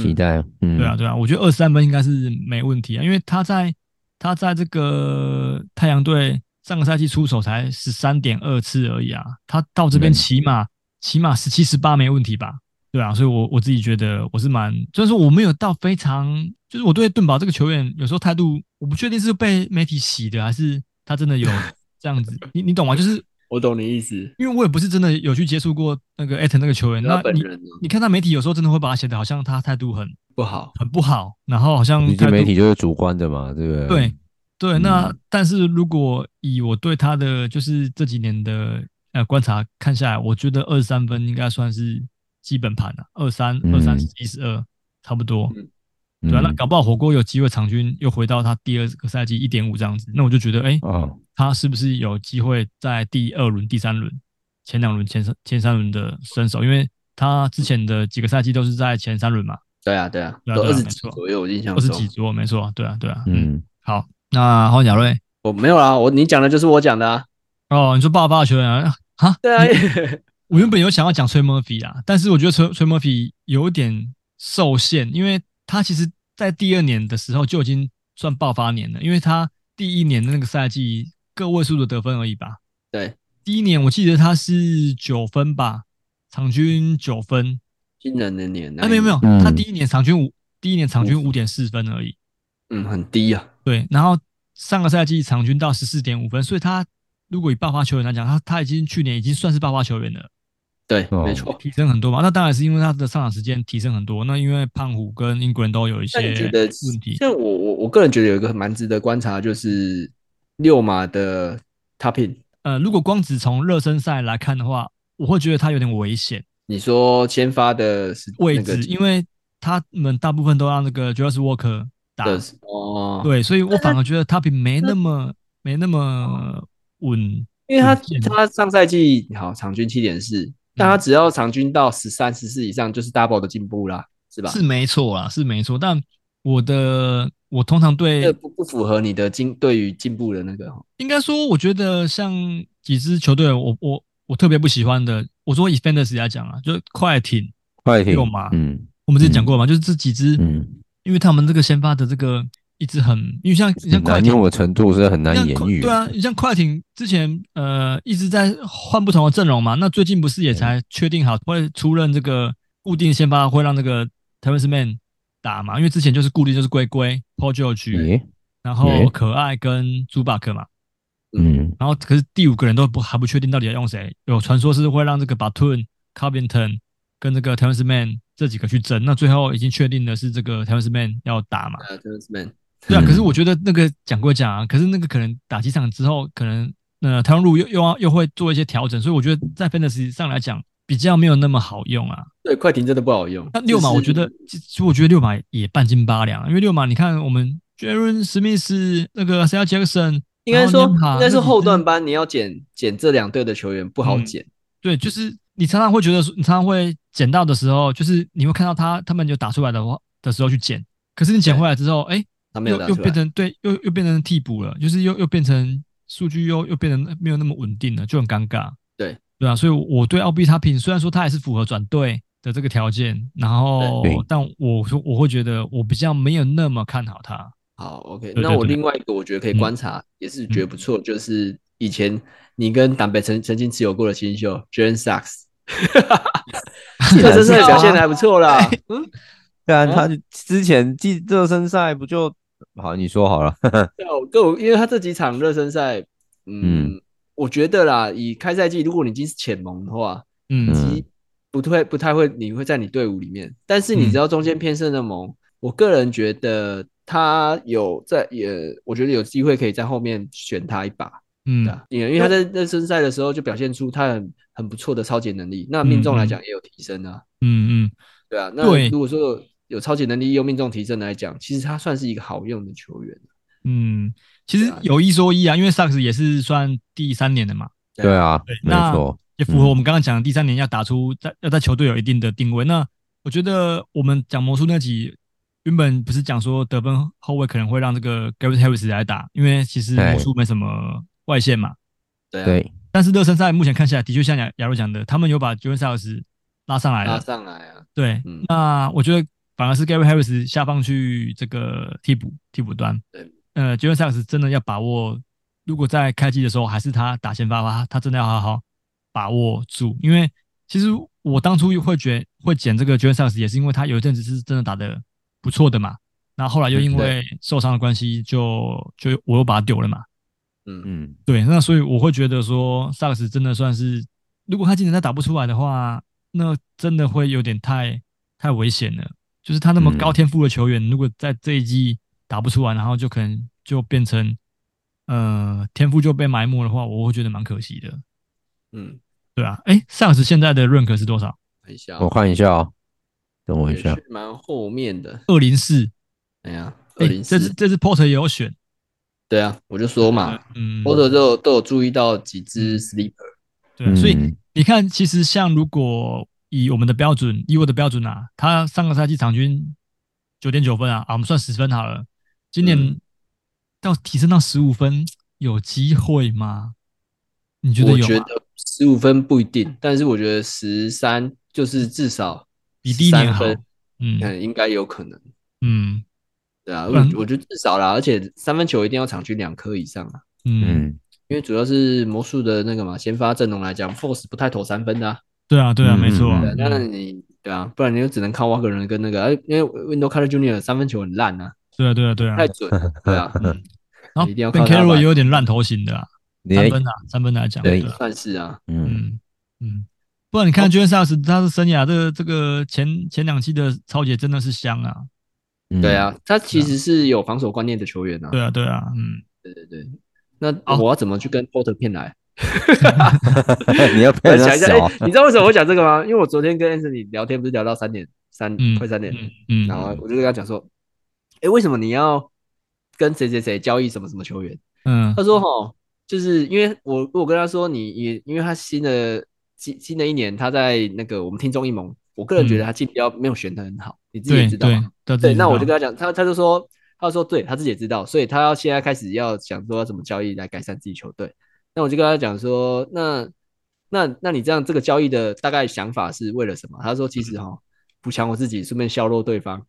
期待。嗯，对啊，，对啊，我觉得二十三分应该是没问题啊，因为他在他在这个太阳队上个赛季出手才十三点二次而已啊，他到这边嗯起码、起码十七十八没问题吧？对啊，所以我我自己觉得我是蛮，虽然说我没有到非常，就是我对盾宝这个球员有时候态度，我不确定是被媒体洗的，还是他真的 有这样子，你你懂吗？就是我懂你意思。因为我也不是真的有去接触过那个艾腾那个球员，他那本你人呢你看他媒体有时候真的会把他写的好像他态度很不好，很不好，然后好像哦毕态竟度媒体就是主观的嘛，对不对？对对。嗯那但是如果以我对他的就是这几年的呃观察看下来，我觉得二十三分应该算是基本盘了、二三嗯二三一十二差不多。嗯嗯，对啊，那搞不好火锅有机会场均又回到他第二个赛季一点五这样子，那我就觉得哎、哦，他是不是有机会在第二轮、第三轮、前两轮、前三前三轮的身手？因为他之前的几个赛季都是在前三轮嘛，对啊，对啊，对啊都对啊二十没几错左右，我印象二十中几桌，没错，对啊，对啊，嗯，嗯，好，那换小瑞，我没有啦，我你讲的就是我讲的啊。哦，你说爆发球员啊？哈，对啊，我原本有想要讲崔莫菲啊，但是我觉得崔崔莫菲有点受限，因为他其实在第二年的时候就已经算爆发年了，因为他第一年的那个赛季个位数的得分而已吧。 对，第一年我记得他是九分吧，场均九分。新人的年啊，没有没有，，嗯他第一年场均五，第一年场均五点四分而已。嗯，很低啊。对，然后上个赛季场均到十四点五分，所以他如果以爆发球员来讲，他他已经去年已经算是爆发球员了。对，哦没错。提升很多嘛。那当然是因为他的上场时间提升很多。那因为胖虎跟英国人都有一些那你觉得问题，像我我我个人觉得有一个很蛮值得观察，就是六马的 Topping，呃，如果光只从热身赛来看的话，我会觉得他有点危险你说先发的是位那个置，因为他们大部分都让那个 j u l i s Walker 打，的哦，对，所以我反而觉得他比没那么没那么稳。因为他很贱嗯他上赛季好场均七点四，但他只要场均到十三、十四以上，就是 double 的进步啦，是吧？是没错啦，是没错。但我的我通常这对，不不符合你的进对于进步的那个哦应该说，我觉得像几支球队，我我我特别不喜欢的，我说以 Fantasy 来讲啊，就是快艇。快艇六马嗯我们之前讲过嘛，就是这几支，嗯，因为他们这个先发的这个一直很，因为像你像很快难艇，用的程度是很难像言快喻。对啊，你像快艇之前呃一直在换不同的阵容嘛，那最近不是也嗯才确定好会出任这个固定先发，会让那个 Terrence Man 打嘛，因为之前就是固定就是龟龟 Paul George，咦，然后诶可爱跟朱巴克嘛，嗯然后可是第五个人都不还不确定到底要用谁，有传说是会让这个 Batun、Covington 跟这个 Terrence Mann 这几个去争，那最后已经确定的是这个 Terrence Mann 要打嘛？呃 t e r r a n c e Man，对啊，嗯可是我觉得那个讲归讲啊，可是那个可能打几场之后，可能呃调用路又又要又会做一些调整，所以我觉得在 Fantasy 上来讲比较没有那么好用啊。对，快艇真的不好用。那六码就是我觉得，其其实我觉得六码也半斤八两啊，因为六码你看我们 Jaren Smith 那个 s a l Jackson，应该说然后 Nemhard，应该说那个后段班你要捡捡这两队的球员不好嗯捡，对，就是你常常会觉得说，你常常会捡到的时候，就是你会看到他他们有打出来的话的时候去捡，可是你捡回来之后，哎、他没有又打又出变来。成对，又又变成替补了，就是又又变成数据又又变成没有那么稳定了，就很尴尬。对对啊，所以我对奥比他品，虽然说他也是符合转队的这个条件，然后对对但我说我会觉得我比较没有那么看好他。好，OK，对那对我对另外一个我觉得可以嗯观察，也是觉得不错，就是以前你跟党北曾曾经持有过的新秀 Jalen Sachs，热身赛表现得还不错啦。嗯，对啊，嗯他就之前季热身赛不就好？你说好了， 对啊，我跟我因为他这几场热身赛，嗯，我觉得啦，以开赛季如果你已经是浅盟的话，嗯，嗯及不太不太会，你会在你队伍里面，但是你嗯只要中间偏胜的盟，我个人觉得他有在也，我觉得有机会可以在后面选他一把嗯的，啊因为因为他在热身赛的时候就表现出他很很不错的超级能力，那命中来讲也有提升啊，嗯嗯，对啊，对那如果说有有超级能力又命中提升来讲，其实他算是一个好用的球员，啊嗯，其实对啊有一说一啊，因为萨克斯也是算第三年的嘛， 对啊对，没那错，也符合我们刚刚讲的第三年要打出在要在球队有一定的定位。那我觉得我们讲魔术那集原本不是讲说得分后卫可能会让这个 Gary Harris 来打，因为其实对魔术没什么外线嘛。对啊，对，但是热身赛目前看起来的确像亚亚瑞讲的，他们有把 Jalen s a l 拉上来拉了。上来啊，对，嗯那我觉得反而是 Gary Harris 下放去这个替补替补端。对，呃，Jalen s a l 真的要把握，如果在开机的时候还是他打先发的话，他真的要好好把握住。因为其实我当初会觉会捡这个 Jalen s a l 也是因为他有一阵子是真的打的不错的嘛，那后来又因嗯对为受伤的关系就，就我又把他丢了嘛。嗯，嗯，对，那所以我会觉得说，萨克斯真的算是，如果他今年再打不出来的话，那真的会有点太太危险了。就是他那么嗯高天赋的球员，如果在这一季打不出来，然后就可能就变成，呃，天赋就被埋没的话，我会觉得蛮可惜的。嗯，对啊，哎，萨克斯现在的 rank 是多少？看一下啊，我看一下哦，等我也一下是，蛮后面的，二零四，哎呀，二哎，零这次四，这次 Porter 也有选，对啊，我就说嘛。嗯，或者都有都有注意到几只 sleeper，对啊，所以嗯你看，其实像如果以我们的标准，以我的标准啊，他上个赛季场均九点九分啊，啊，我们算十分好了。今年嗯要提升到十五分，有机会吗？你觉得我有觉吗？得十五分不一定，但是我觉得十三就是至少比第一年13好分，嗯嗯，应该有可能，嗯对啊，不嗯然我我觉得至少啦，而且三分球一定要场均两颗以上啊，嗯，嗯，因为主要是魔术的那个嘛，先发阵容来讲，Force 不太投三分的、啊，对啊，对啊，嗯没错啊对啊，嗯那你对啊，不然你就只能靠挖个人跟那个，哎因为 Window Carter Junior 三分球很烂啊，对啊，对啊，对啊不。太准，对啊，嗯然后一定要 Ben 靠他 Carroll 吧也有点烂头型的啊，三哎分啊，三分来讲，对对啊算是啊，嗯，嗯，嗯，不然你看 j a s a s 他的生涯这个这个前前两期的超姐真的是香啊，嗯对，啊，他其实是有防守观念的球员啊，对啊对啊，嗯，对对对，那哦好我要怎么去跟 Porter 骗来？ 你要我骗要人讲家一下，小啊哎，，你知道为什么我讲这个吗？因为我昨天跟 Anthony 聊天，不是聊到三点三嗯，快三点，嗯，嗯，然后我就跟他讲说，哎，为什么你要跟谁谁谁交易什么什么球员？嗯他说哦，就是因为我我跟他说你也因为他新的新新的一年他在那个我们听众一盟，我个人觉得他竞标没有选的很好，你自己也嗯对知道吗对，他自己对，知那我道就跟他讲，他他就说，他说对他自己也知道，所以他要现在开始要想说要怎么交易来改善自己球队。那我就跟他讲说，那那那你这样这个交易的大概想法是为了什么？他说其实嗯哈、补强我自己，顺便削弱对方，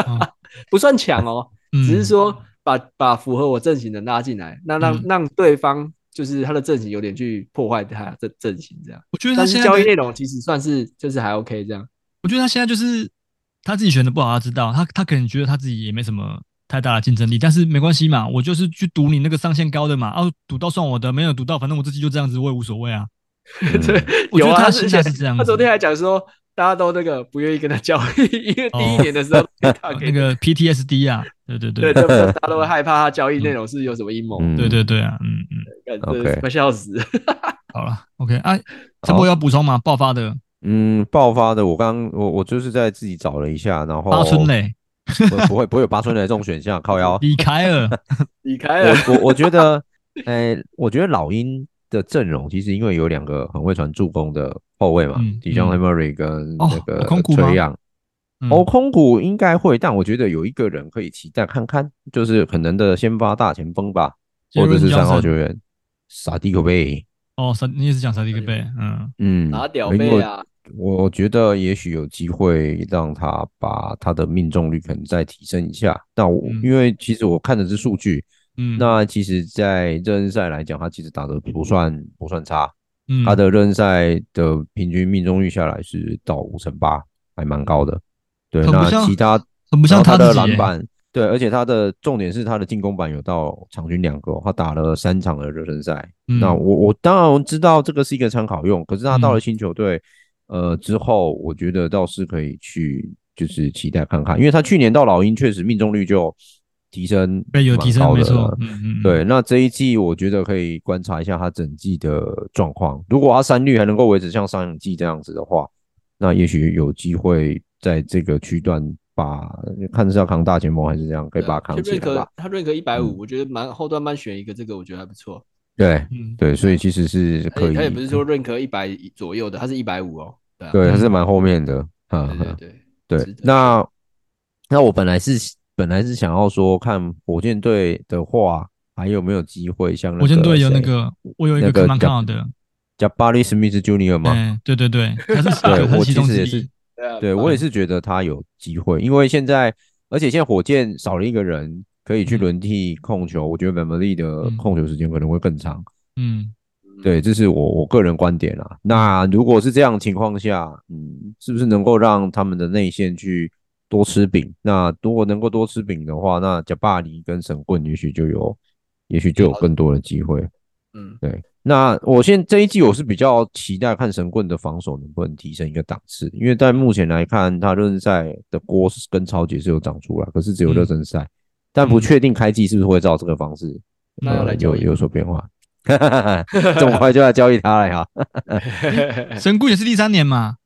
不算强哦，嗯只是说把把符合我阵型的拉进来，那让、嗯让对方就是他的阵型有点去破坏他的阵阵型这样。我觉得他但是现交易内在的，容其实算是就是还 OK 这样。我觉得他现在就是他自己选的不好，他知道，他他可能觉得他自己也没什么太大的竞争力，但是没关系嘛，我就是去赌你那个上限高的嘛，哦、赌到算我的，没有赌到，反正我自己就这样子，我也无所谓啊。嗯对，我觉有得啊，他之心态前是这样他昨子天还讲说，大家都那个不愿意跟他交易， 因为第一哦年的时候被他呃给那个 PTSD 啊，对对对对，对，大家都会害怕他交易内容是有什么阴谋。嗯对对对啊，嗯嗯，干真的 OK 是快笑死了。好了，OK 啊，这波要补充吗？爆发的嗯，爆发的我刚我我就是在自己找了一下，然后八村垒、不不会不会有八村垒这种选项，靠 腰。李凯尔， 李凯尔，我我我觉得，哎、我觉得老鹰的阵容其实因为有两个很会传助攻的后卫嘛嗯，迪江嗯 m u r r y 跟哦那个空谷吗崔样。嗯哦，空谷应该会，但我觉得有一个人可以期待看看，就是可能的先发大前锋吧，或者是三号球员傻迪可贝。哦，萨你也是讲萨迪克贝，嗯，嗯，打屌因为贝啊！我觉得也许有机会让他把他的命中率可能再提升一下。那我、嗯因为其实我看的是数据，嗯，那其实，在热身赛来讲，他其实打的不算不算差，嗯他的热身赛的平均命中率下来是到五成八，还蛮高的。对，很不那像其他很不像然后他自的己耶篮，板，对，而且他的重点是他的进攻板有到场均两个哦，他打了三场的热身赛。嗯那我我当然知道这个是一个参考用，可是他到了新球队，呃之后，我觉得倒是可以去就是期待看看，因为他去年到老鹰确实命中率就提升，对有提升，没错，嗯嗯嗯，嗯，对，那这一季我觉得可以观察一下他整季的状况。如果他三率还能够维持像上一季这样子的话，那也许有机会在这个区段把看是要扛大前锋还是这样，可以把它扛呃起来吧。他 rank 一百嗯五，我觉得蛮后段班选一个这个，我觉得还不错。对嗯，对，所以其实是而可且以，他也不是说 rank 一百左右的，他是一百五哦。对嗯啊啊对，还是蛮后面的。哈对哈。对对，值对嗯得，那那我本来是本来是想要说，看火箭队的话，还有没有机会像那火箭队有那谁个，我有一那个个蛮叫看好的，叫巴利史密斯 Junior 吗？嗯，对对对，他是对他是其我其中实之也一是，对啊对我也是觉得他有机会，因为现在，而且现在火箭少了一个人可以去嗯轮替控球，我觉得 m e m o r y 的嗯控球时间可能会更长。嗯，对，这是我我个人观点啦。那如果是这样的情况下，嗯，是不是能够让他们的内线去多吃饼？那如果能够多吃饼的话，那贾巴黎跟神棍也许就有，也许就有更多的机会。嗯，对，那我现这一季我是比较期待看神棍的防守能不能提升一个档次，因为在目前来看，他热身赛的锅是跟超级是有长出来，可是只有热身赛，但嗯不确定开季是不是会照这个方式，那要来呃、交有易有所 变化。这么快就要交易他了呀？神棍也是第三年嘛，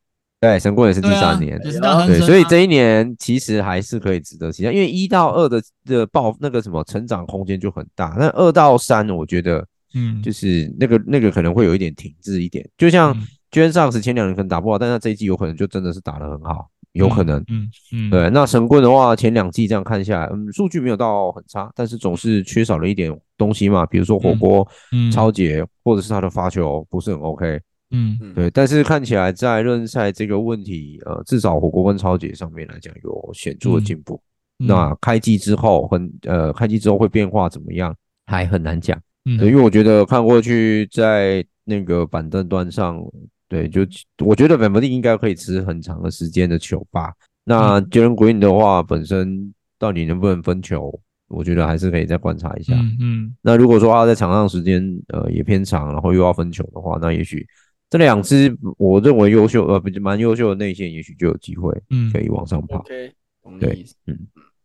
对，神棍也是第对啊三年，也是大三对，生啊，所以这一年其实还是可以值得期待，因为一到二的的爆那个什么成长空间就很大，那二到三我觉得嗯就是那个那个可能会有一点停滞一点，就像嗯 j a n s o n 前两年可能打不好，但他这一季有可能就真的是打得很好，有可能。嗯嗯，对，那神棍的话，前两季这样看下来，嗯，数据没有到很差，但是总是缺少了一点东西嘛，比如说火锅、嗯，超节，或者是他的发球不是很 OK。嗯嗯对，但是看起来在热身赛这个问题，呃，至少火锅跟超节上面来讲有显著的进步。嗯那开季之后很呃，开季之后会变化怎么样，还很难讲。嗯对，因为我觉得看过去在那个板凳端上，对，就我觉得本本利应该可以吃很长的时间的球吧。嗯那杰伦 Green 的话，本身到底能不能分球，我觉得还是可以再观察一下。嗯嗯那如果说他在场上时间呃也偏长，然后又要分球的话，那也许这两支我认为优秀呃不是蛮优秀的内线，也许就有机会嗯可以往上爬。 ，OK，同对意。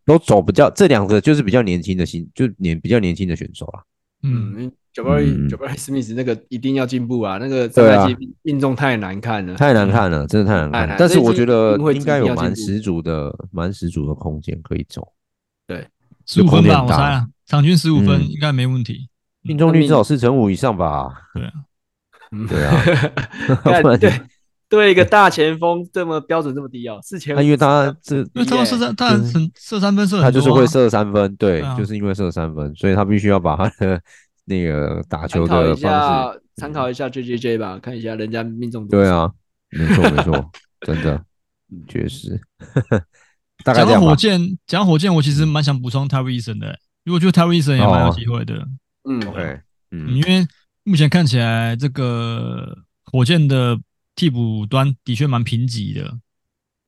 都走比较这两个就是比较年轻的新，就年比较年轻的选手啦。嗯，嗯，Jabari 嗯 Jabari Smith 那个一定要进步啊，那个对三啊百七命中太难看了，太难看了，真的太难太看了难。但是这一我季觉得一定会应该一定有要蛮进步十足的、蛮十足的空间可以走，十五分空间吧，我大猜啊，场均十五分嗯应该没问题，命中率至少四成五以上吧。嗯对啊， 干 不然对对一个大前锋这么标准这么低哦，四千那因为他这因为他们射三，他就是很射三分射很他就是多啊会射三分，对对啊，就是因为射三分，所以他必须要把他的那个打球参考的一方式，嗯下，参考一下 J J J 吧，看一下人家命中多对少。啊，没错没错，真的确实，大概讲这到样吧火。箭，讲到火箭，我其实蛮想补充 Terry Eason 的、欸，因为我觉得 Terry Eason 也蛮有机会哦的、嗯， OK，嗯嗯因为目前看起来这个火箭的替补端的确蛮贫瘠的。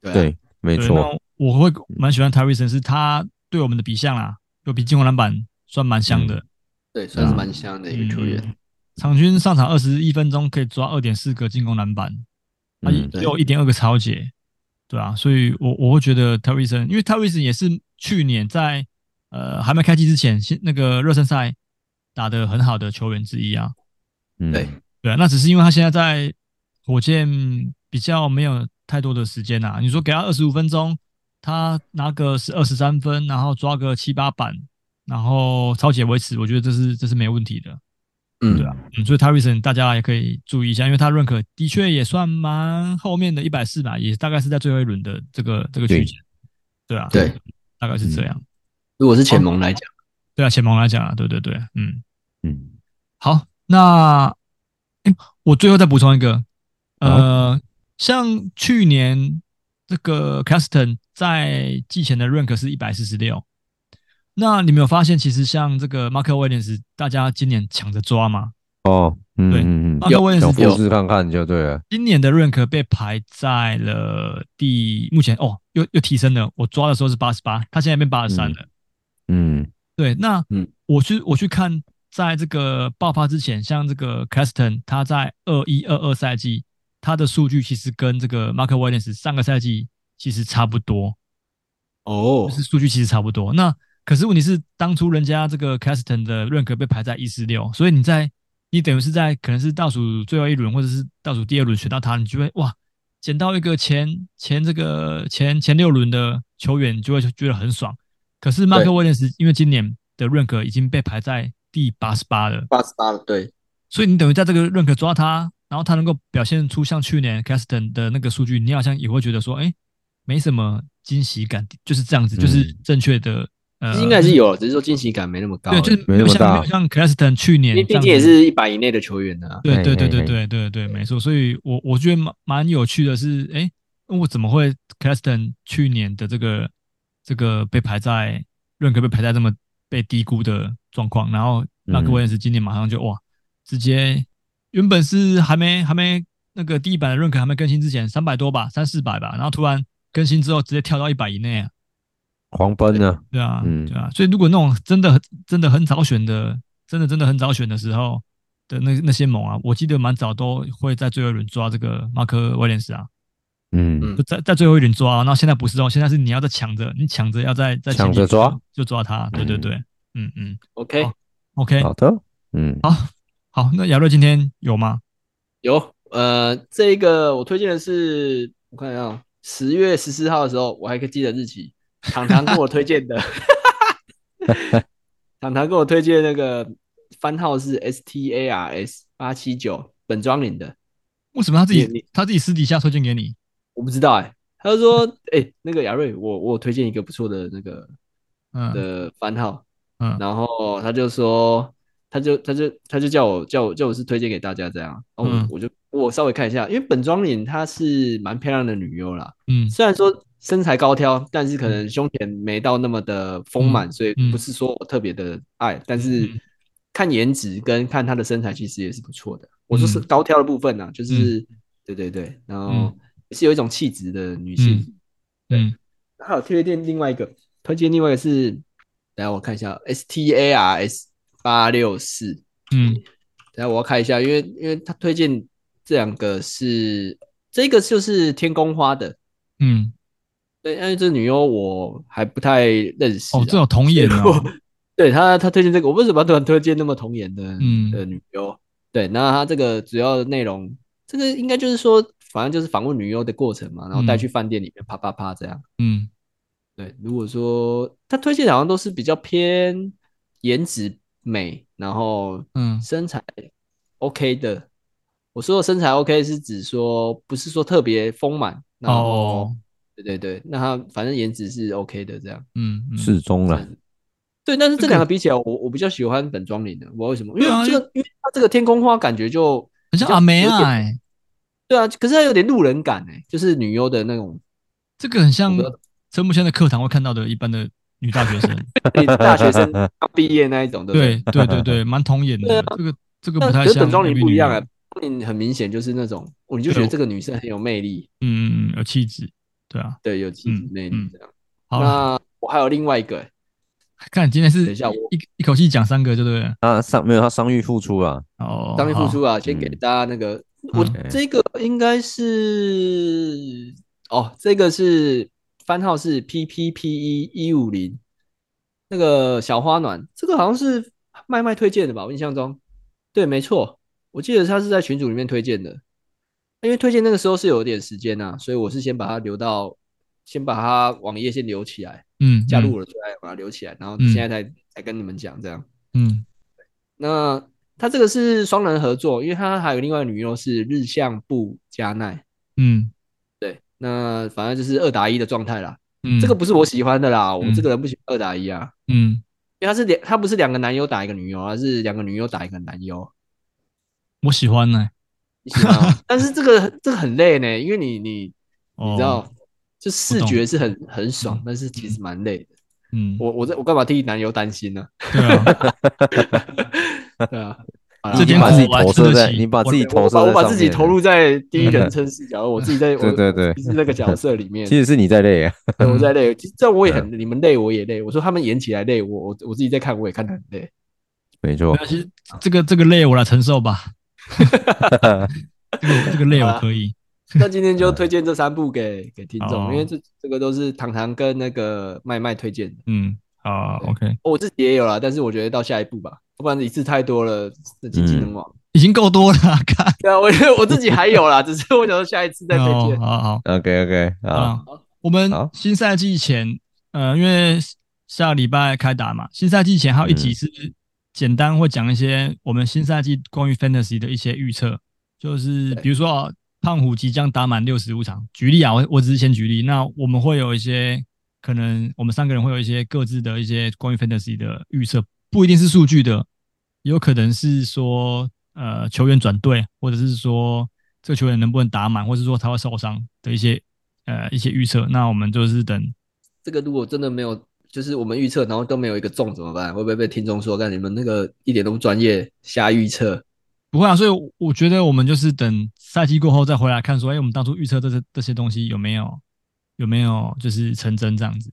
对啊对，没对，错，那我会蛮喜欢 Terry Eason，是他对我们的比项啦，有比进攻篮板算蛮香的、嗯对，算是蛮像的一个球员。嗯场均上场二十一分钟可以抓二点四个进攻篮板，啊，嗯对有一点二个超解，对啊，所以我我会觉得 Terry s o n 因为 Terry s o n 也是去年在呃还没开季之前，先那个热身赛打得很好的球员之一啊。嗯，对对啊，那只是因为他现在在火箭比较没有太多的时间呐、你说给他二十五分钟，他拿个是二十三分，然后抓个七八板，然后超解维持，我觉得这是这是没问题的。嗯对啊，嗯，所以 Tyson 大家也可以注意一下，因为他认可的确也算蛮后面的一百四吧，也大概是在最后一轮的这个这个区对间。对嗯啊，对，大概是这样。如果是前盟来讲，对啊，前盟来讲啊，对对对，嗯，嗯，好，那、诶我最后再补充一个，呃，像去年这个 Caston 在季前的 rank 是一百四十六，那你没有发现，其实像这个 Mark Williams，大家今年抢着抓嘛，哦，嗯对嗯嗯，Mark Williams 想有复制看看就对了，今年的 rank 被排在了第，目前哦，又又提升了，我抓的时候是八十八，他现在变八十三了。嗯对，那嗯我去我去看，在这个爆发之前，像这个 Caston，他在二一二二赛季，他的数据其实跟这个 Mark Williams 上个赛季其实差不多，哦就是数据其实差不多。那可是问题是，当初人家这个 Caston 的认可被排在一四六，所以你在你等于是在可能是倒数最后一轮或者是倒数第二轮选到他，你就会哇，捡到一个前前这个前前六轮的球员，你就会觉得很爽。可是马克对威廉斯因为今年的认可已经被排在第八十八了，八十八了，对，所以你等于在这个认可抓他，然后他能够表现出像去年 Caston 的那个数据，你好像也会觉得说，哎、没什么惊喜感，就是这样子，就是嗯正确的。呃，应该是有，只是说惊喜感没那么高而对，已，就是没那有么像大没有像 Claston 去因年为这毕样竟子，也是一百以内的球员啊，对对对嘿对嘿对对对，没错。所以我我觉得蛮蛮有趣的是，哎，我怎么会 Claston 去年的这个这个被排在认可被排在这么被低估的状况，然后那嗯克威恩斯今年马上就哇，直接原本是还没还没那个第一版的认可还没更新之前三百多吧，三四百吧，然后突然更新之后直接跳到一百以内啊。狂奔呢，对啊，嗯对啊，所以如果那种真的很真的很早选的，真的真的很早选的时候的那那些猛啊，我记得蛮早都会在最后一轮抓这个马克威廉斯啊，嗯嗯就在在最后一轮抓、啊，那现在不是哦，现在是你要再抢着，你抢着要再再抢着抓，就抓他，对对对，嗯嗯 OK，好 o k 好的，嗯，好，那亚瑞今天有吗？有，呃，这一个我推荐的是，我看一下哦，十月十四号的时候，我还可以记得日期，糖糖跟我推荐的， 糖糖跟我推荐那个番号是 S T A R S 八七九，本庄领的，为什么他自你己你他自己私底下推荐给你？我不知道哎、他就说，哎、那个亚瑞，我我有推荐一个不错的那个嗯的番号，嗯，然后他就说，他就他就他就叫我叫我叫我是推荐给大家这样，哦，嗯我就我稍微看一下，因为本庄凛她是蛮漂亮的女优啦，嗯虽然说身材高挑，但是可能胸前没到那么的丰满，嗯所以嗯不是说我特别的爱，但是嗯看颜值跟看她的身材其实也是不错的。我说是高挑的部分呢、啊，就是、对对对，然后嗯也是有一种气质的女性。嗯嗯还有推荐另外一个，推荐另外一个是，等一下我看一下，S T A R S 八六四，嗯等一下我要看一下，因为因为他推荐这两个是，这个就是天宫花的，嗯，对，因为这女优我还不太认识啊、哦，这种童颜哦， 对他他推荐这个，我为什么要突然推荐那么童颜的嗯的女优？对，那他这个主要的内容，这个应该就是说，反正就是访问女优的过程嘛，然后带嗯去饭店里面啪啪啪这样。嗯对，如果说他推荐好像都是比较偏颜值美，然后嗯身材 OK 的。我说的身材 OK 是指说不是说特别丰满，然后、哦对对对，那他反正颜值是 OK 的这样。嗯嗯适中了，对，但是这这个两个比起来，我我比较喜欢本庄林的，我不知道为什么，因对啊为这个、因为他这个天空花感觉就很像阿梅有啊、点欸对啊，可是他有点路人感哎、就是女优的那种，这个很像我不知道陈木轩的课堂会看到的一般的女大学生。大学生刚毕业那一种，对 不对？啊对对对 对，蛮童颜的。这个这个那不太可是像。本庄林不一样啊啊，，你很明显就是那种，哦你就觉对得这个女生很有魅力，嗯嗯嗯，有气质，对啊。对，有气质嗯魅力这样。好了，那我还有另外一个，看你今天是等一下我一一口气讲三个，对不对了？他伤没有他伤愈复出了，哦，张力付好，出啊，先嗯给大家那个，我嗯这个应该是哦，这个是番号 E 是 P P P 一一五零，那个小花暖，这个好像是麦麦推荐的吧？我印象中，对，没错，我记得他是在群组里面推荐的，因为推荐那个时候是有点时间啊呐、所以我是先把它留到，先把它网页先留起来，嗯，加入我的最爱，把它留起来，然后嗯现在才、才跟你们讲这样。嗯，那他这个是双人合作，因为他还有另外一个女优是日向布加奈，嗯对，那反正就是二打一的状态啦。嗯嗯，这个不是我喜欢的啦，我嗯这个人不喜欢二打一啊，嗯，因为他是两，他不是两个男优打一个女优，而是两个女优打一个男优。我喜欢呢。你喜欢 啊但是这个这个很累呢，因为你你你知道，哦，就视懂觉是很很爽嗯，但是其实蛮累的。嗯，我我在我干嘛替男优担 心呢？对啊， 对啊，好啦这你点把自己苦我还投吃得射在，起你把我自己投射我把在我把上自己面嗯投入在第一人称视角，我自己在我 对对对我是那个角色 里面，其实是你在累啊。嗯对我在累，其实这样我也很，你们累我也累。我说他们演起来累，我我我自己在看我也看得很 累。没错没，关系，这个这个累我来承受吧。这个这个累啊我可以。那今天就嗯推荐这三部给给听好众，因为这这个都是糖糖跟那个麦麦推荐的，嗯，好对，OK，哦我自己也有啦，但是我觉得到下一步吧，要不然一次太多了，这经嗯济能网。已经够多了， 看。对啊，我觉得我自己还有啦，只是我想说下一次再推哦荐。好好 OK OK 啊，啊，我们好新赛季前，呃，因为下礼拜开打嘛，新赛季前还有一集是简单会讲一些我们新赛季关于 fantasy 的一些预测，就是对比如说、啊、胖虎即将打满六十五场，举例啊，我我只是先举例，那我们会有一些可能我们三个人会有一些各自的一些关于 fantasy 的预测，不一定是数据的，有可能是说呃球员转队，或者是说这个球员能不能打满，或是说他会受伤的一些呃一些预测。那我们就是等这个如果真的没有，就是我们预测，然后都没有一个中怎么办？会不会被听众说，干你们那个一点都不专业，瞎预测？不会啊，所以我我觉得我们就是等赛季过后再回来看说，哎，我们当初预测这些这些东西有没有有没有就是成真这样子，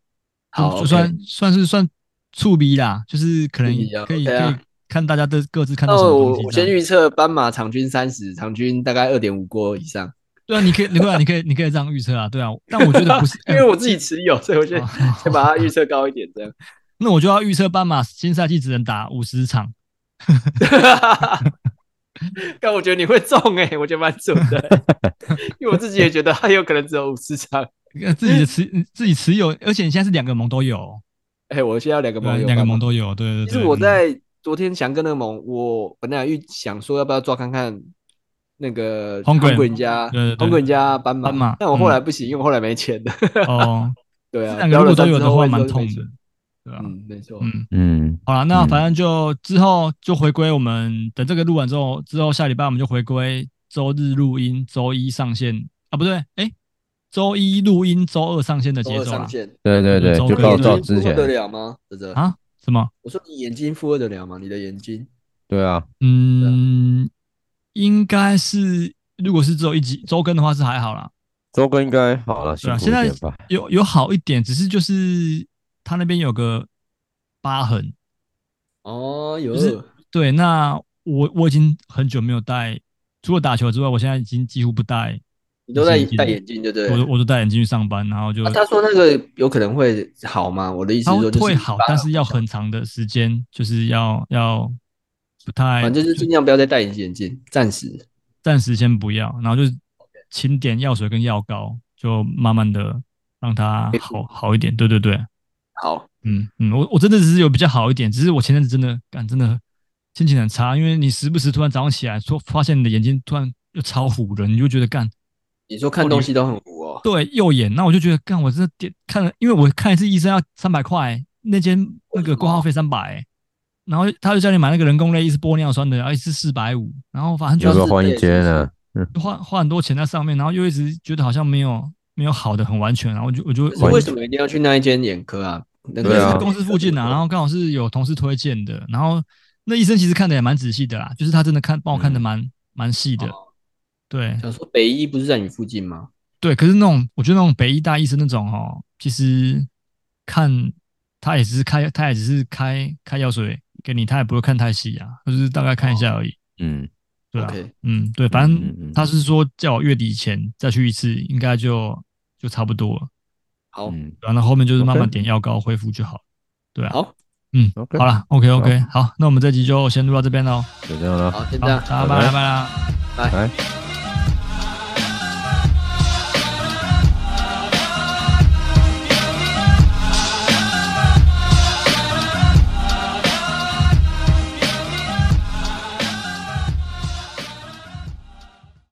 好就算算是算触逼啦，就是可能触逼啊可以、 OK 可啊以看大家的各自看那到什么哦我东西我这先样。预测斑马场均三十，场均大概二点五锅以上，对啊，你可以，对啊，你可以，你可以这样预测啊，对啊，但我觉得 不是， 因为我自己持有，所以我先哦先把它预测高一点，这样。 那我就要预测斑马新赛季只能打五十场，但我觉得你会中哎、我觉得蛮准的欸、因为我自己也觉得它有可能只有五十场。呃自己的持自己持有，而且你现在是两个盟都有，哎、我现在有两个盟对，啊友，两个盟。都有，对对对。嗯其实我在昨天想跟那个盟，我本来预想说要不要抓看看那个 Holmgren 滚人家，对对对红滚家斑马，斑马但我后来不行，因为我后来没钱的。嗯哦，对这啊，两个如果都有标了三之的后话，我也蛮是没痛钱的。，对啊，嗯，没错，嗯，嗯，好了，那嗯反正就之后就回归我们，等这个录完之后，之后下礼拜我们就回归周日录音，周一上线啊，不对，哎，周一录音，周二上线的节周二奏上啦。线。对对对，总就可以照的照之负荷前，得了吗？哲哲，啊？什么？我说你眼睛负荷得了吗？你的眼睛对啊，啊嗯，应该是，如果是只有一集周更的话是还好啦，周哥应该好了，辛对啊，苦现一在点吧。有有好一点，只是就是他那边有个疤痕，哦，有不是对，那我我已经很久没有戴，除了打球之外，我现在已经几乎不戴，你都在眼睛戴眼镜，对不对了？我我都戴眼镜去上班，然后就、啊他说那个有可能会好吗？我的意思它是会说，就是啊退好，但是要很长的时间，就是要要不太反正就是尽量不要再戴隐形眼镜，暂时。暂时先不要，然后就是勤点药水跟药膏，就慢慢的让它好好一点。对对对，好，嗯嗯，我我真的只是有比较好一点，只是我前阵子真的感真的心情很差，因为你时不时突然早上起来，说发现你的眼睛突然又超糊了，你就觉得干你说看东西都很糊哦，对右眼，那我就觉得干我这点看了，因为我看一次医生要三百块，那间那个挂号费三百。然后他就叫你买那个人工泪，一是玻尿酸的，然后一是四百五，然后反正就有要时是候换一间啊，花花很多钱在上面，然后又一直觉得好像没有没有好的很完全，然后我就我就可是为什么一定要去那一间眼科啊？那对对个啊是公司附近啊，然后刚好是有同事推荐的，然后那医生其实看的也蛮仔细的啦，就是他真的看帮我看的蛮蛮细哦的，对想说北医不是在你附近吗？对，可是那种我觉得那种北医大医生那种哦，其实看他也只是开他也只是开开药水给你，他也不会看太细啊，就是大概看一下而已，嗯，对啊 OK 嗯，对，反嗯嗯正嗯他是说叫我月底前再去一次，应该就就差不多了。啊好，嗯，然后后面就是慢慢 OK 点药膏恢复就好。对啊，好，嗯， OK，好了，OK OK，好，那我们这集就先录到这边喽。就这样了，好，先这好，样，大家拜拜拜拜拜啦。来。